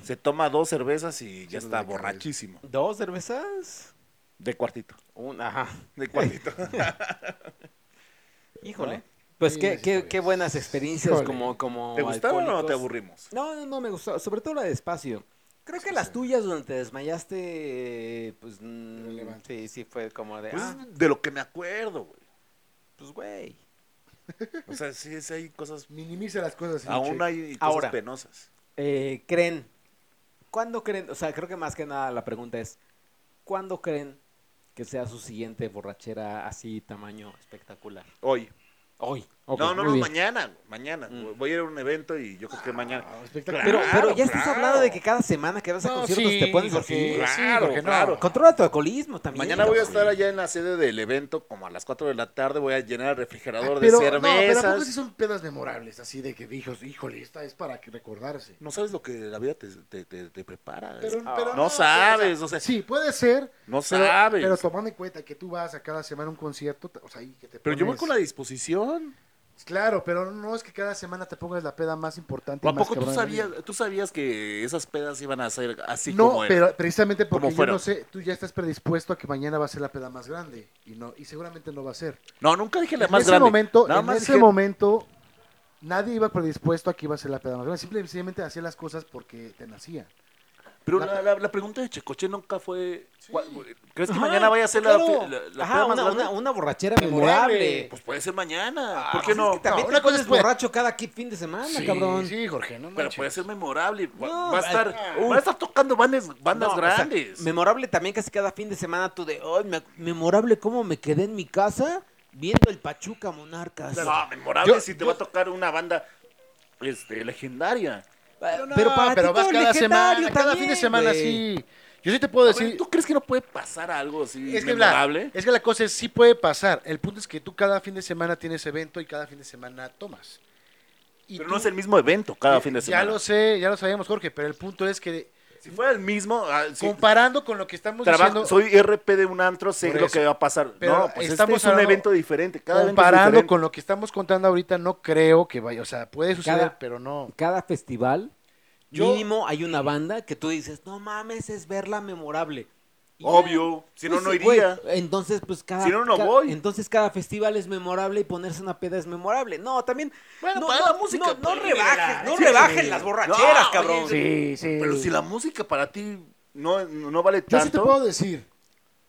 Speaker 3: se toma dos cervezas y ya
Speaker 5: Sí,
Speaker 3: está
Speaker 5: de cabeza.
Speaker 3: borrachísimo.
Speaker 2: ¿Dos cervezas?
Speaker 3: De cuartito.
Speaker 2: Una, ajá. *laughs*
Speaker 3: De cuartito.
Speaker 2: Híjole. Pues
Speaker 5: Sí,
Speaker 2: qué,
Speaker 5: las
Speaker 2: qué,
Speaker 5: historias.
Speaker 2: qué buenas experiencias
Speaker 5: Híjole.
Speaker 2: como, como.
Speaker 3: ¿Te gustaron o te
Speaker 2: alcohólicos.
Speaker 3: aburrimos?
Speaker 2: No, no, no, me gustó. Sobre todo la de espacio. Creo que las tuyas donde te desmayaste, eh, pues. mm,
Speaker 5: Irrelevante.
Speaker 2: sí, sí, fue como de.
Speaker 3: Pues
Speaker 2: ah,
Speaker 3: es de lo que me acuerdo, güey.
Speaker 2: pues güey.
Speaker 3: O sea, sí, sí hay cosas.
Speaker 5: Minimiza las cosas. y
Speaker 3: aún
Speaker 5: checa.
Speaker 3: hay cosas
Speaker 2: Ahora.
Speaker 3: penosas.
Speaker 2: Eh, ¿Creen? ¿Cuándo creen? O sea, creo que más que nada la pregunta es: ¿cuándo creen que sea su siguiente borrachera así, tamaño espectacular?
Speaker 3: Hoy.
Speaker 2: Hoy. Ok,
Speaker 3: no, no,
Speaker 2: muy
Speaker 3: no,
Speaker 2: bien.
Speaker 3: mañana, güey, mañana.
Speaker 2: Mm.
Speaker 3: Voy a ir a un evento y yo creo que mañana.
Speaker 5: Ah, espectacular.
Speaker 2: Pero, pero ya
Speaker 3: Claro,
Speaker 2: estás
Speaker 3: claro.
Speaker 2: hablando de que cada semana que vas a
Speaker 5: No,
Speaker 2: conciertos
Speaker 5: sí,
Speaker 2: te pones
Speaker 5: porque-
Speaker 2: así.
Speaker 5: sí,
Speaker 3: Claro,
Speaker 5: porque no.
Speaker 3: claro.
Speaker 2: Controla tu alcoholismo también.
Speaker 3: Mañana voy a
Speaker 2: cabrón.
Speaker 3: estar allá en la sede del evento, como a las 4 de la tarde, voy a llenar el refrigerador de
Speaker 5: Ah, Pero, no, pero ¿a poco
Speaker 3: cervezas.
Speaker 5: sí son pedas memorables, así de que dijo, híjole, esta es para que recordarse.
Speaker 3: No sabes lo que la vida te, te- te- te prepara.
Speaker 5: Pero-
Speaker 3: es-
Speaker 5: pero
Speaker 3: Ah, no,
Speaker 5: no,
Speaker 3: sabes, o sea,
Speaker 5: Sí, puede ser,
Speaker 3: no
Speaker 5: pero,
Speaker 3: sabes. Pero,
Speaker 5: pero tomando en cuenta que tú vas a cada semana a un concierto, o sea, ahí que te
Speaker 3: yo voy
Speaker 5: pones-
Speaker 3: con la disposición.
Speaker 5: Claro, pero no es que cada semana te pongas la peda más importante.
Speaker 3: ¿O
Speaker 5: y
Speaker 3: a
Speaker 5: más
Speaker 3: poco tú
Speaker 5: cabrona de la
Speaker 3: sabías, tú sabías que esas pedas iban a ser así
Speaker 5: vida? no,
Speaker 3: como eran?
Speaker 5: pero precisamente porque
Speaker 3: Como
Speaker 5: yo
Speaker 3: fueron.
Speaker 5: no sé, tú ya estás predispuesto a que mañana va a ser la peda más grande y no y seguramente no va a ser.
Speaker 3: No, nunca dije la
Speaker 5: en
Speaker 3: más
Speaker 5: ese
Speaker 3: grande.
Speaker 5: momento,
Speaker 3: Nada
Speaker 5: en
Speaker 3: más
Speaker 5: ese
Speaker 3: dije-
Speaker 5: momento, nadie iba predispuesto a que iba a ser la peda más grande. Simple- Simplemente hacía las cosas porque te nacía.
Speaker 3: Pero la, la- la pregunta de Checoche nunca fue... ¿cuál- ¿Crees que
Speaker 5: Ah,
Speaker 2: Ajá,
Speaker 3: mañana vaya a ser la-
Speaker 2: claro.
Speaker 3: la, la
Speaker 2: Ajá,
Speaker 3: peda más
Speaker 2: una,
Speaker 3: grande?
Speaker 2: una- una borrachera
Speaker 5: Memorable.
Speaker 2: memorable.
Speaker 3: Pues puede ser mañana.
Speaker 2: Ah,
Speaker 3: ¿Por qué
Speaker 2: pues
Speaker 3: no?
Speaker 2: es que también
Speaker 5: No,
Speaker 2: te
Speaker 5: una cosa
Speaker 2: pones
Speaker 5: es buena.
Speaker 2: borracho cada qui- fin de semana, cabrón.
Speaker 5: Sí, Jorge, no eh,
Speaker 3: Pero puede ser memorable. Va,
Speaker 2: No,
Speaker 3: va a estar,
Speaker 2: ah.
Speaker 5: uh.
Speaker 3: va a estar tocando bandas, bandas
Speaker 2: No, o sea,
Speaker 3: grandes.
Speaker 2: memorable también casi cada fin de semana tú de, "Ay, me- memorable cómo me quedé en mi casa viendo el Pachuca Monarcas." Ah,
Speaker 3: No, memorable
Speaker 5: Yo-
Speaker 3: si te va a tocar una banda este, legendaria.
Speaker 2: Pero,
Speaker 5: pero
Speaker 2: para ti
Speaker 5: vas
Speaker 2: todo
Speaker 5: cada
Speaker 2: legendario
Speaker 5: semana, cada
Speaker 2: también,
Speaker 5: fin de semana,
Speaker 2: güey.
Speaker 5: sí. Yo sí te puedo
Speaker 3: A ver,
Speaker 5: decir,
Speaker 3: ¿Tú crees que no puede pasar algo así
Speaker 5: es que, eh, la,
Speaker 3: memorable?
Speaker 5: es que la cosa es, sí puede pasar. El punto es que tú cada fin de semana tienes evento y cada fin de semana tomas. Y
Speaker 3: Pero
Speaker 5: tú- eh,
Speaker 3: no es el mismo evento cada fin de semana.
Speaker 5: Ya lo sé, ya lo sabemos, Jorge, pero el punto es que,
Speaker 3: Si fuera el mismo, ah, sí,
Speaker 5: comparando con lo que estamos
Speaker 3: trabajo,
Speaker 5: diciendo...
Speaker 3: soy RP de un antro, sé
Speaker 5: Por
Speaker 3: lo
Speaker 5: eso.
Speaker 3: que va a pasar.
Speaker 5: Pero
Speaker 3: no, pues
Speaker 5: estamos
Speaker 3: este es un
Speaker 5: hablando-
Speaker 3: evento diferente. Cada evento es
Speaker 5: comparando
Speaker 3: diferente.
Speaker 5: con lo que estamos contando ahorita, no creo que vaya, o sea, puede suceder,
Speaker 2: Cada-
Speaker 5: pero no.
Speaker 2: cada festival,
Speaker 5: Yo-
Speaker 2: mínimo hay una banda que tú dices, no mames, es verla memorable. Y ya.
Speaker 3: Obvio, si no,
Speaker 2: Pues
Speaker 3: no
Speaker 2: sí, güey.
Speaker 3: iría.
Speaker 2: entonces, pues cada.
Speaker 3: Si no, no
Speaker 2: ca-
Speaker 3: voy.
Speaker 2: Entonces, cada festival es memorable y ponerse una peda es memorable. No, también.
Speaker 3: Bueno,
Speaker 2: no,
Speaker 3: para
Speaker 2: no,
Speaker 3: la música,
Speaker 2: No, no
Speaker 3: pues,
Speaker 2: rebajes,
Speaker 3: mira,
Speaker 2: no
Speaker 3: sí,
Speaker 2: rebajes
Speaker 3: sí.
Speaker 2: las borracheras,
Speaker 3: No,
Speaker 2: cabrón.
Speaker 3: oye,
Speaker 5: Sí, sí.
Speaker 3: Pero si la música para ti no, no vale
Speaker 5: Yo sí te puedo
Speaker 3: tanto.
Speaker 5: decir,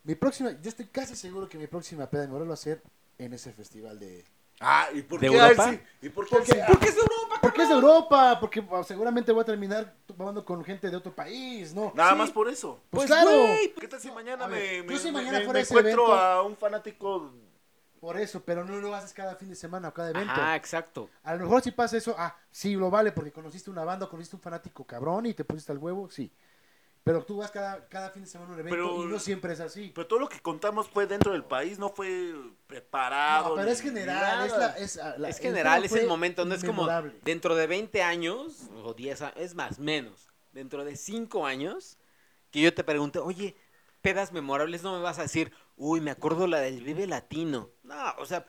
Speaker 5: mi próxima, yo estoy casi seguro que mi próxima peda de Morelo va a ser en ese festival de...
Speaker 3: Ah, ¿y por
Speaker 2: ¿De
Speaker 3: qué a él
Speaker 2: Europa?
Speaker 3: sí? ¿Y por qué a él
Speaker 5: Porque,
Speaker 3: sí?
Speaker 2: Porque es de Europa,
Speaker 5: porque es de Europa, porque bueno, seguramente voy a terminar tomando con gente de otro país, ¿no?
Speaker 3: Nada
Speaker 5: Sí,
Speaker 3: más por eso.
Speaker 2: Pues,
Speaker 5: Pues, claro,
Speaker 2: güey,
Speaker 3: ¿Qué tal si mañana
Speaker 5: A ver,
Speaker 3: me, me-
Speaker 5: yo si
Speaker 3: me-
Speaker 5: mañana
Speaker 3: me-
Speaker 5: fuera
Speaker 3: me
Speaker 5: ese
Speaker 3: encuentro
Speaker 5: evento-
Speaker 3: a un fanático?
Speaker 5: por eso, pero no lo haces cada fin de semana o cada evento.
Speaker 2: Ah, exacto.
Speaker 5: A lo mejor si pasa eso, ah, sí, lo vale, porque conociste una banda, conociste un fanático cabrón y te pusiste al huevo, sí. Pero tú vas cada, cada fin de semana a un evento
Speaker 3: Pero-
Speaker 5: y no siempre es así.
Speaker 3: Pero todo lo que contamos fue dentro del país, no fue preparado.
Speaker 5: No, pero
Speaker 3: ni
Speaker 5: es general,
Speaker 3: nada.
Speaker 5: es, la, es, ah, la-
Speaker 2: es
Speaker 5: el
Speaker 2: general,
Speaker 5: tema
Speaker 2: es el
Speaker 5: fue
Speaker 2: momento, no es como
Speaker 5: memorable.
Speaker 2: dentro de 20 años, o 10 años, es más, menos, dentro de 5 años, que yo te pregunte, oye, pedas memorables, no me vas a decir, uy, me acuerdo la del Vive Latino. No, o sea,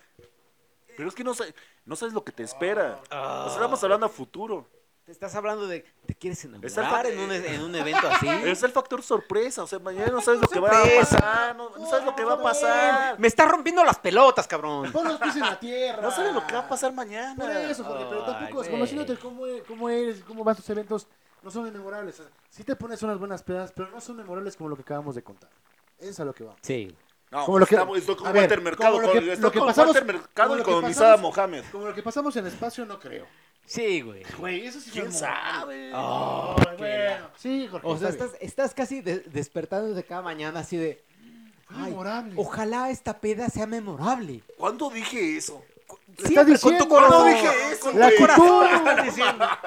Speaker 3: Pero es que no, sa- no sabes lo que te espera.
Speaker 2: Ah.
Speaker 3: Nos estamos hablando a futuro.
Speaker 2: Te estás hablando de. ¿Te quieres
Speaker 3: Es el fa-
Speaker 2: enamorar en un, e, en un evento así?
Speaker 3: Es el factor sorpresa, o sea, mañana no sabes lo que va a
Speaker 2: sorpresa.
Speaker 3: pasar, no, no sabes lo que va a pasar.
Speaker 2: Me estás rompiendo las pelotas, cabrón.
Speaker 5: Pon los pies en la tierra.
Speaker 3: No sabes lo que va a pasar
Speaker 5: Por
Speaker 3: mañana.
Speaker 5: eso, Jorge, pero
Speaker 2: Ay,
Speaker 5: tampoco,
Speaker 2: güey.
Speaker 5: conociéndote cómo, e- cómo eres, cómo van tus eventos, no son memorables. O sea, sí te pones unas buenas pedas, pero no son memorables como lo que acabamos de contar. Eso es a lo que vamos.
Speaker 2: Sí.
Speaker 3: No,
Speaker 5: Como lo que-
Speaker 3: estamos- estoy con
Speaker 5: a ver,
Speaker 3: Walter Mercado,
Speaker 5: como lo que-
Speaker 3: con, estoy
Speaker 5: lo que
Speaker 3: con
Speaker 5: pasamos-
Speaker 3: Walter Mercado
Speaker 5: como
Speaker 3: y
Speaker 5: lo que
Speaker 3: con mi
Speaker 5: pasamos-
Speaker 3: Sada Mohamed.
Speaker 5: Como lo que pasamos en espacio, no creo.
Speaker 2: Sí, güey.
Speaker 5: Güey, eso sí
Speaker 3: ¿Quién sabe?
Speaker 5: bueno. Sí, Jorge,
Speaker 7: O sea,
Speaker 5: está
Speaker 7: estás, estás casi de- despertándote cada mañana así de.
Speaker 5: bien. Fue
Speaker 7: "Ay,
Speaker 5: memorable.
Speaker 7: Ojalá esta peda sea memorable.
Speaker 3: ¿Cuándo dije eso?
Speaker 5: Estás
Speaker 7: Siempre con tu
Speaker 5: diciendo,
Speaker 3: ¿Cuándo
Speaker 7: corazón.
Speaker 3: dije eso?
Speaker 5: La
Speaker 3: güey?
Speaker 5: actitud.
Speaker 3: *laughs*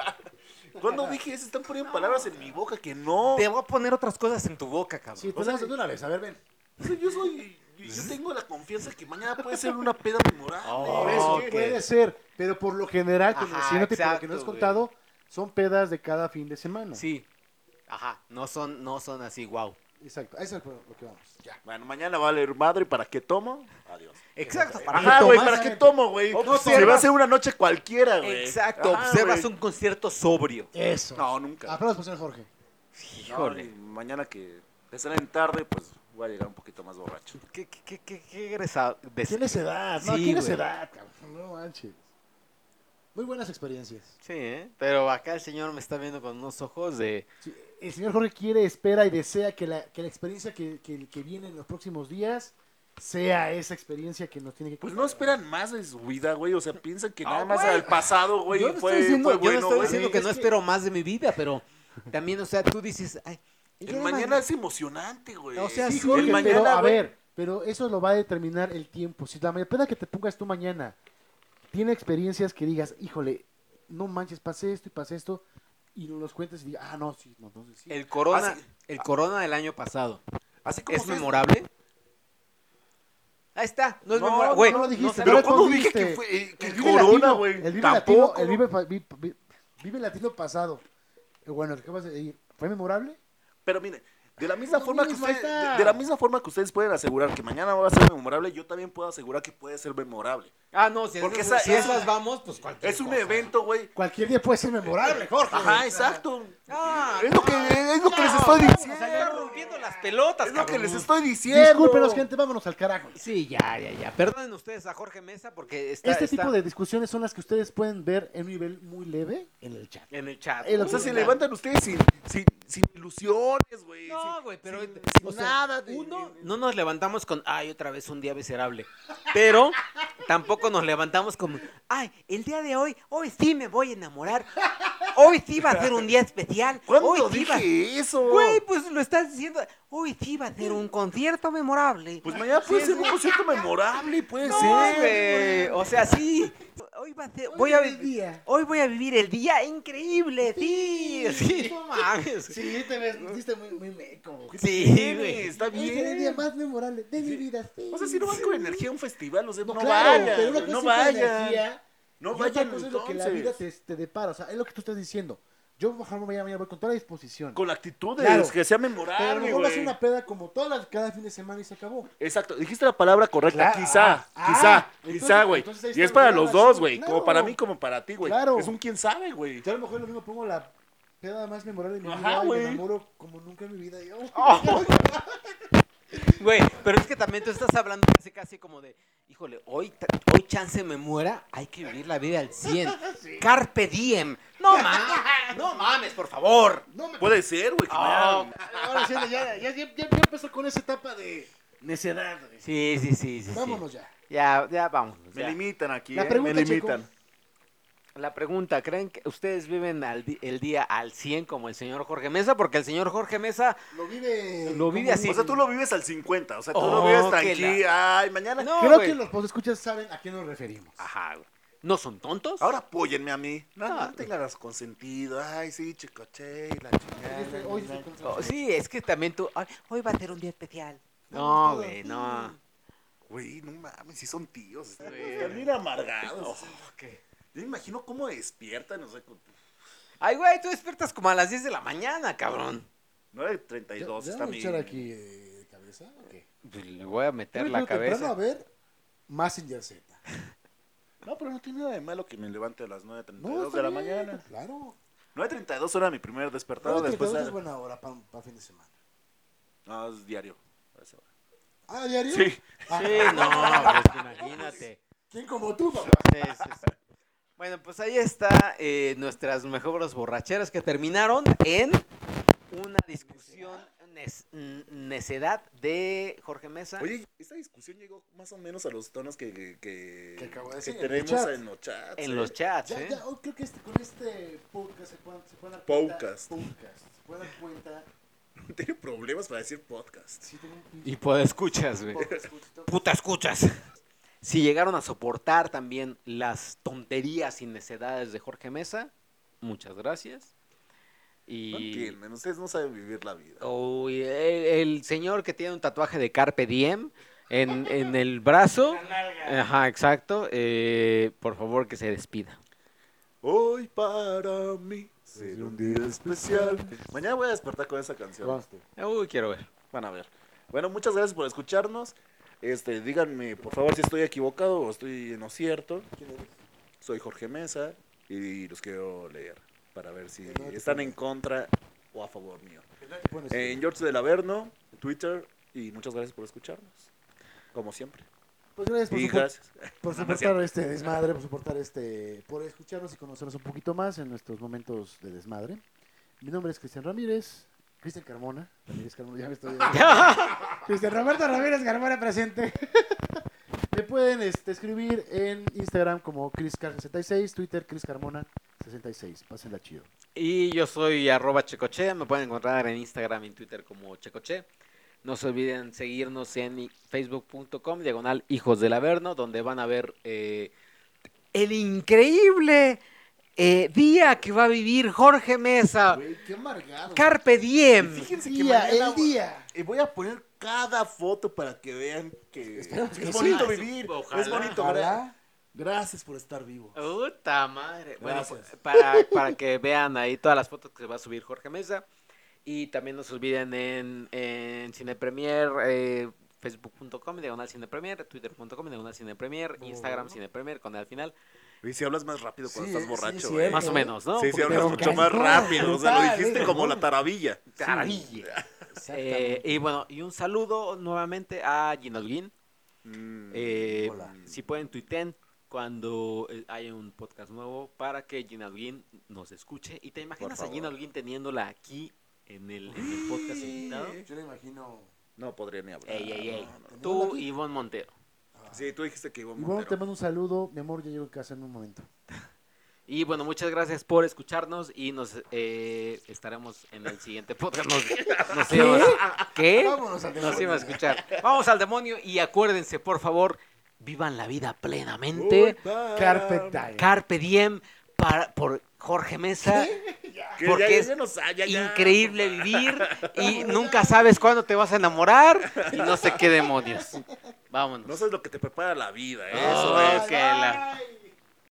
Speaker 3: ¿Cuándo dije eso? Están poniendo palabras en mi boca que no.
Speaker 2: Te voy a poner otras cosas en tu boca, cabrón.
Speaker 5: Sí, te lanzas de una vez, a ver, ven.
Speaker 3: O sea, yo soy. Yo yo tengo la confianza que mañana puede ser una peda memorable.
Speaker 5: Por
Speaker 2: Oh.
Speaker 5: eso puede ser, pero por lo general,
Speaker 2: Ajá,
Speaker 5: conociéndote por lo que
Speaker 2: exacto,
Speaker 5: nos has
Speaker 2: güey.
Speaker 5: contado, son pedas de cada fin de semana.
Speaker 2: Sí. Ajá, no son, no son así, wow.
Speaker 5: Exacto, eso es lo que vamos. Ya.
Speaker 3: Bueno, mañana va a leer madre. ¿Para qué tomo? Adiós.
Speaker 2: Exacto, para
Speaker 3: Ajá, güey,
Speaker 5: tomas?
Speaker 3: ¿para qué tomo, güey?
Speaker 5: pues,
Speaker 3: Se
Speaker 5: cierras.
Speaker 3: va a hacer una noche cualquiera, Ah, güey.
Speaker 2: Exacto, pues,
Speaker 3: Ajá,
Speaker 2: observas
Speaker 3: güey.
Speaker 2: un concierto sobrio.
Speaker 5: Eso.
Speaker 3: No,
Speaker 2: Ah,
Speaker 3: nunca.
Speaker 5: Aplausos por señor Jorge.
Speaker 3: No, y mañana que en tarde, pues voy a llegar un poquito más borracho.
Speaker 2: Qué, qué, qué, qué, qué egresado- des-
Speaker 5: Tienes edad, no,
Speaker 2: Sí,
Speaker 5: tienes
Speaker 2: güey.
Speaker 5: edad, cabrón. No manches. Muy buenas experiencias.
Speaker 2: Sí, ¿eh? Pero acá el señor me está viendo con unos ojos de...
Speaker 5: Sí, El señor Jorge quiere, espera y desea que la, que la experiencia que, que, que viene en los próximos días sea esa experiencia que nos tiene que
Speaker 3: Pues no esperan más de su vida, güey. O sea, piensan que nada más
Speaker 2: güey.
Speaker 3: al pasado, güey,
Speaker 2: yo no
Speaker 3: fue,
Speaker 2: estoy diciendo,
Speaker 3: fue
Speaker 2: yo no
Speaker 3: bueno,
Speaker 2: estoy
Speaker 3: güey.
Speaker 2: diciendo que no
Speaker 5: Es que-
Speaker 2: espero más de mi vida, pero también, o sea, tú dices... Ay, el
Speaker 3: El
Speaker 2: día de
Speaker 3: mañana es emocionante, güey.
Speaker 2: O sea,
Speaker 5: Sí,
Speaker 2: sí,
Speaker 5: Jorge,
Speaker 3: Pues, el
Speaker 5: pero,
Speaker 3: mañana,
Speaker 5: a
Speaker 3: güey.
Speaker 5: ver, pero eso lo va a determinar el tiempo. Si la ma- peda que te pongas tú mañana tiene experiencias que digas, híjole, no manches, pasé esto y pasé esto, y nos los cuentes y digas, ah, no, sí, no, entonces sí.
Speaker 2: El corona,
Speaker 3: Ah, sí.
Speaker 2: el corona del año pasado.
Speaker 3: Así como
Speaker 2: ¿Es
Speaker 3: ustedes-
Speaker 2: memorable? Ahí está, no es
Speaker 3: No,
Speaker 2: memorable.
Speaker 3: no
Speaker 2: Güey,
Speaker 5: no lo dijiste,
Speaker 2: se
Speaker 5: no
Speaker 3: Pero
Speaker 5: lo
Speaker 2: lo-
Speaker 3: cuando dije
Speaker 5: respondiste.
Speaker 3: que fue eh, que
Speaker 5: El
Speaker 3: el
Speaker 5: Vive
Speaker 3: corona,
Speaker 5: Latino,
Speaker 3: güey.
Speaker 5: El vive
Speaker 3: Tampoco.
Speaker 5: latino, el vive, fa- vi- vi- vive latino pasado. Eh, Bueno, el que vas a decir, ¿fue memorable?
Speaker 3: Pero miren, de la misma
Speaker 5: Lo
Speaker 3: forma que
Speaker 5: mismo,
Speaker 3: ustedes,
Speaker 5: ahí está.
Speaker 3: de, de la misma forma que ustedes pueden asegurar que mañana va a ser memorable, yo también puedo asegurar que puede ser memorable.
Speaker 2: Ah, no, si,
Speaker 3: Porque
Speaker 2: es,
Speaker 3: esa-
Speaker 2: si
Speaker 3: esa-
Speaker 2: esas vamos, pues cualquier
Speaker 3: Es un
Speaker 2: cosa.
Speaker 3: evento, güey.
Speaker 5: Cualquier día puede ser memorable, Jorge.
Speaker 3: Ajá, exacto.
Speaker 2: Ah,
Speaker 3: Es lo que es lo que les
Speaker 2: no,
Speaker 3: estoy
Speaker 2: vamos,
Speaker 3: diciendo.
Speaker 2: o sea, ya rompiendo las pelotas,
Speaker 3: Es lo que
Speaker 2: cabrón.
Speaker 3: les estoy diciendo.
Speaker 5: Discúlpenos, gente, vámonos al carajo.
Speaker 2: Sí, ya, ya, ya. Perdonen ustedes a Jorge Mesa porque está,
Speaker 5: este
Speaker 2: está
Speaker 5: tipo de discusiones son las que ustedes pueden ver en un nivel muy leve en el chat.
Speaker 2: en el chat.
Speaker 5: El
Speaker 3: O sea,
Speaker 5: Sí,
Speaker 3: se
Speaker 5: claro.
Speaker 3: levantan ustedes sin, sin, sin ilusiones, güey.
Speaker 2: No,
Speaker 3: sin-
Speaker 2: güey, pero
Speaker 3: sin-
Speaker 2: o
Speaker 3: sin
Speaker 2: sea,
Speaker 3: nada. de-
Speaker 2: uno
Speaker 3: de-
Speaker 2: no nos levantamos con ay, otra vez un día miserable. Pero tampoco nos levantamos como ay, el día de hoy, hoy sí me voy a enamorar. Hoy sí va a ser un día especial.
Speaker 3: ¿Cuándo
Speaker 2: hoy sí va-
Speaker 3: dije eso?
Speaker 2: Güey, pues lo estás diciendo. Hoy sí va a ser un concierto memorable.
Speaker 3: Pues mañana puede
Speaker 2: Sí,
Speaker 3: ser
Speaker 2: sí.
Speaker 3: un concierto
Speaker 2: *laughs*
Speaker 3: memorable, puede
Speaker 2: No,
Speaker 3: ser.
Speaker 2: güey, O sea, sí. Hoy va a ser- voy a vi- Hoy voy a vivir el día increíble. Sí, sí. *laughs* No mames. Sí,
Speaker 5: Sí, te ves, hiciste muy, muy meco.
Speaker 3: Sí, güey,
Speaker 2: güey.
Speaker 3: está
Speaker 5: el
Speaker 3: bien.
Speaker 5: día más memorable de mi vida. sí.
Speaker 3: O sea, si no van con energía a un festival, o sea, no,
Speaker 5: claro,
Speaker 3: vayan,
Speaker 5: pero una
Speaker 3: güey,
Speaker 5: cosa
Speaker 3: no
Speaker 5: es la
Speaker 3: vayan.
Speaker 5: energía
Speaker 3: No
Speaker 5: y otra
Speaker 3: vayan
Speaker 5: cosa es lo que la vida
Speaker 3: entonces.
Speaker 5: te, te depara. O sea, es lo que tú estás diciendo. Yo mejor me voy a mañana voy con toda la disposición.
Speaker 3: Con actitudes,
Speaker 5: Claro.
Speaker 3: que sea
Speaker 5: pero a lo
Speaker 3: memorable,
Speaker 5: mejor va a ser
Speaker 3: güey.
Speaker 5: una peda como todas las, cada fin de semana y se acabó.
Speaker 3: Exacto, dijiste la palabra correcta,
Speaker 5: Claro.
Speaker 3: quizá,
Speaker 5: Ah,
Speaker 3: quizá,
Speaker 5: ah, entonces-
Speaker 3: quizá, güey.
Speaker 5: entonces ahí
Speaker 3: Y es
Speaker 5: está
Speaker 3: para
Speaker 5: la
Speaker 3: los
Speaker 5: relación,
Speaker 3: dos, güey,
Speaker 5: claro.
Speaker 3: como para mí como para ti, güey.
Speaker 5: Claro.
Speaker 3: Es un quién sabe, güey.
Speaker 5: Yo a lo mejor lo mismo pongo la peda más memorable de mi
Speaker 3: Ajá,
Speaker 5: vida y
Speaker 3: güey. Ah.
Speaker 5: me enamoro como nunca en mi vida. Y, oh,
Speaker 2: Güey, pero es que también tú estás hablando casi casi como de, híjole, hoy, ta- hoy chance me muera, hay que vivir la vida al *laughs* 100. Carpe diem. No mames, no mames, por favor.
Speaker 5: no me
Speaker 3: Puede ser, güey, que
Speaker 2: Oh.
Speaker 3: vayan.
Speaker 5: Ahora sí, ya, ya, ya, ya, ya empezó con esa etapa de necedad. güey.
Speaker 2: Sí, sí, sí, sí. sí.
Speaker 5: Vámonos ya.
Speaker 2: Ya, ya vámonos.
Speaker 3: Me
Speaker 2: ya.
Speaker 3: limitan aquí,
Speaker 5: La
Speaker 3: eh, me
Speaker 5: pregunta, Checo.
Speaker 3: limitan.
Speaker 2: La pregunta, ¿creen que ustedes viven al di- el día al 100 como el señor Jorge Mesa? Porque el señor Jorge Mesa
Speaker 5: Lo vive.
Speaker 2: lo vive
Speaker 5: como-
Speaker 2: así.
Speaker 3: O sea, tú lo vives al 50, o sea, tú
Speaker 2: Oh,
Speaker 3: lo vives
Speaker 2: que
Speaker 3: tranquilo. Ay, mañana.
Speaker 2: No,
Speaker 5: Creo
Speaker 2: güey.
Speaker 5: que los escuchas saben a quién nos referimos.
Speaker 2: Ajá, güey. ¿No son tontos?
Speaker 3: Ahora apóyenme a mí. No,
Speaker 2: Ah.
Speaker 3: no tengan las consentido. Ay, sí, chicoche, la
Speaker 5: Este,
Speaker 3: chingada.
Speaker 5: hoy
Speaker 3: na, na.
Speaker 5: se-
Speaker 2: Oh, sí, es que también tú... ay, hoy va a ser un día especial.
Speaker 5: No,
Speaker 2: No,
Speaker 5: todo.
Speaker 2: güey, no.
Speaker 3: Güey, no mames, si son tíos. Están
Speaker 2: Güey.
Speaker 3: están bien amargados. Yo me imagino cómo despiertan, o sea, con
Speaker 2: Ay, güey, tú despiertas como a las 10 de la mañana, cabrón.
Speaker 3: 9.32
Speaker 5: ¿Ya- ya
Speaker 3: está
Speaker 5: vamos a
Speaker 3: mi...
Speaker 5: echar aquí eh, de cabeza? ¿o qué?
Speaker 2: Pues, Le voy a meter
Speaker 5: Yo
Speaker 2: la
Speaker 5: llego temprano a
Speaker 2: cabeza.
Speaker 5: ver Massinger Z.
Speaker 3: No, pero no tiene nada de malo que me levante a las 9.32
Speaker 5: No,
Speaker 3: de la
Speaker 5: está bien,
Speaker 3: mañana.
Speaker 5: Claro.
Speaker 3: 9.32 era mi primer despertador. después
Speaker 5: Después es
Speaker 3: era-
Speaker 5: buena hora para fin de semana.
Speaker 3: No, es diario. a esa hora.
Speaker 5: ¿Ah, diario?
Speaker 3: Sí.
Speaker 5: Ah,
Speaker 2: Sí, no, pues imagínate.
Speaker 5: ¿Quién como tú, papá?
Speaker 2: Sí, sí, sí. Bueno, pues ahí está eh, nuestras mejores borracheras que terminaron en una discusión nes- n- necedad de Jorge Mesa.
Speaker 3: Oye, esta discusión llegó más o menos a los tonos que, que, que-
Speaker 5: Que acabo de
Speaker 3: que
Speaker 5: decir, en
Speaker 3: tenemos
Speaker 5: los chats.
Speaker 3: en los chats.
Speaker 2: en
Speaker 3: eh. *laughs*
Speaker 2: los chats,
Speaker 5: Ya,
Speaker 2: ¿eh?
Speaker 5: ya, oh, creo que este- con este podcast se pueden, se pueden dar cuenta.
Speaker 3: Podcast.
Speaker 5: Podcast. Se pueden dar cuenta.
Speaker 3: Tengo problemas para decir podcast.
Speaker 5: Si tengo un
Speaker 3: *laughs*
Speaker 5: pinche
Speaker 2: Y pues escuchas, güey.
Speaker 5: podcast justo.
Speaker 2: Puta escuchas. Si llegaron a soportar también las tonterías y necedades de Jorge Mesa, muchas gracias.
Speaker 3: No
Speaker 2: Y
Speaker 3: entienden, ustedes no saben vivir la vida.
Speaker 2: Uy, el, el señor que tiene un tatuaje de Carpe Diem en, en el brazo. Ajá, exacto. eh, por favor, que se despida.
Speaker 3: Hoy para mí será un día especial. Mañana voy a despertar con esa canción.
Speaker 2: Uy, quiero ver.
Speaker 3: Van a ver. Bueno, muchas gracias por escucharnos. Este, díganme, por favor, si estoy equivocado o estoy en lo cierto. Soy Jorge Mesa y los quiero leer para ver si están en contra o a favor mío.
Speaker 5: Pues
Speaker 3: En George del Averno, en Twitter y muchas gracias por escucharnos. Como siempre.
Speaker 5: Pues gracias por
Speaker 3: Y
Speaker 5: soportar-
Speaker 3: gracias. No,
Speaker 5: Por
Speaker 3: no es
Speaker 5: soportar este desmadre, por soportar este, por escucharnos y conocernos un poquito más en nuestros momentos de desmadre. Mi nombre es Cristian Ramírez, Cristian Carmona, Ramírez Carmona, ya me estoy.
Speaker 3: *laughs*
Speaker 5: Cristian Roberto Ramírez Carmona presente. *laughs* Me pueden este, escribir en Instagram como ChrisCar66, Twitter ChrisCarmona66. Pásenla chido.
Speaker 2: Y yo soy arroba checoche, me pueden encontrar en Instagram y en Twitter como checoche. No se olviden seguirnos en facebook.com, diagonal hijos del Averno, donde van a ver eh, el increíble eh, día que va a vivir Jorge Mesa.
Speaker 5: qué amargado.
Speaker 2: Carpe diem.
Speaker 3: Fíjense que
Speaker 5: Día,
Speaker 3: mañana
Speaker 5: el
Speaker 3: voy-
Speaker 5: día.
Speaker 3: eh, voy a poner cada foto para que vean que
Speaker 5: Esperemos que
Speaker 3: es
Speaker 5: sí.
Speaker 3: bonito
Speaker 2: Ah, sí,
Speaker 3: vivir.
Speaker 2: ojalá.
Speaker 3: Es bonito, ¿verdad?
Speaker 5: Ojalá.
Speaker 3: Gracias por estar vivo.
Speaker 2: Puta madre. Bueno,
Speaker 3: Gracias.
Speaker 2: pues, para, para que vean ahí todas las fotos que va a subir Jorge Mesa. Y también no se olviden en, en Cine Premier, eh, facebook.com, diagonal Cine Premier, twitter.com, diagonal Cine Premier, Instagram Cine Premier, con el al final.
Speaker 3: Y si hablas más rápido cuando
Speaker 5: Sí,
Speaker 3: estás
Speaker 5: sí,
Speaker 3: borracho, ¿eh?
Speaker 5: es
Speaker 3: güey.
Speaker 5: cierto.
Speaker 2: Más o menos, ¿no?
Speaker 3: Sí, sí, hablas
Speaker 5: Pero
Speaker 3: mucho más
Speaker 5: cansado,
Speaker 3: rápido. O sea, lo
Speaker 5: brutal,
Speaker 3: dijiste
Speaker 5: es
Speaker 3: como la tarabilla.
Speaker 2: Caramba. Eh, y bueno, y un saludo nuevamente a Ginolguín.
Speaker 3: Mm.
Speaker 2: Eh,
Speaker 5: Hola.
Speaker 2: si pueden, tuiten cuando eh, hay un podcast nuevo para que Gina Alguín nos escuche. ¿Y te imaginas a
Speaker 3: favor.
Speaker 2: Gina Alguín teniéndola aquí en el, en el podcast invitado?
Speaker 5: Yo le imagino.
Speaker 3: No podría ni hablar.
Speaker 2: Ey, ey, ey.
Speaker 3: No, no.
Speaker 2: Tú, Ivonne Montero.
Speaker 3: Sí, tú dijiste que Iván
Speaker 5: Ivonne, te
Speaker 3: Montero.
Speaker 5: mando un saludo. Mi amor, ya llego a casa en un momento.
Speaker 2: Y bueno, muchas gracias por escucharnos y nos eh, estaremos en el siguiente podcast. Nos, nos íbamos- ¿Qué?
Speaker 5: Vámonos al
Speaker 2: Nos
Speaker 5: demonio.
Speaker 2: íbamos a escuchar. Vamos al demonio y acuérdense, por favor, vivan la vida plenamente.
Speaker 3: Goodbye.
Speaker 5: Carpet Dive.
Speaker 2: Carpe diem para, por Jorge Mesa.
Speaker 3: Que
Speaker 2: porque
Speaker 3: ya-
Speaker 2: es
Speaker 3: ya nos- ah, ya, ya.
Speaker 2: increíble
Speaker 3: *laughs*
Speaker 2: vivir y nunca sabes cuándo te vas a enamorar y no sé qué demonios. Vámonos.
Speaker 3: No sabes lo que te prepara la vida, ¿eh?
Speaker 2: Oh,
Speaker 3: Eso es.
Speaker 2: que la-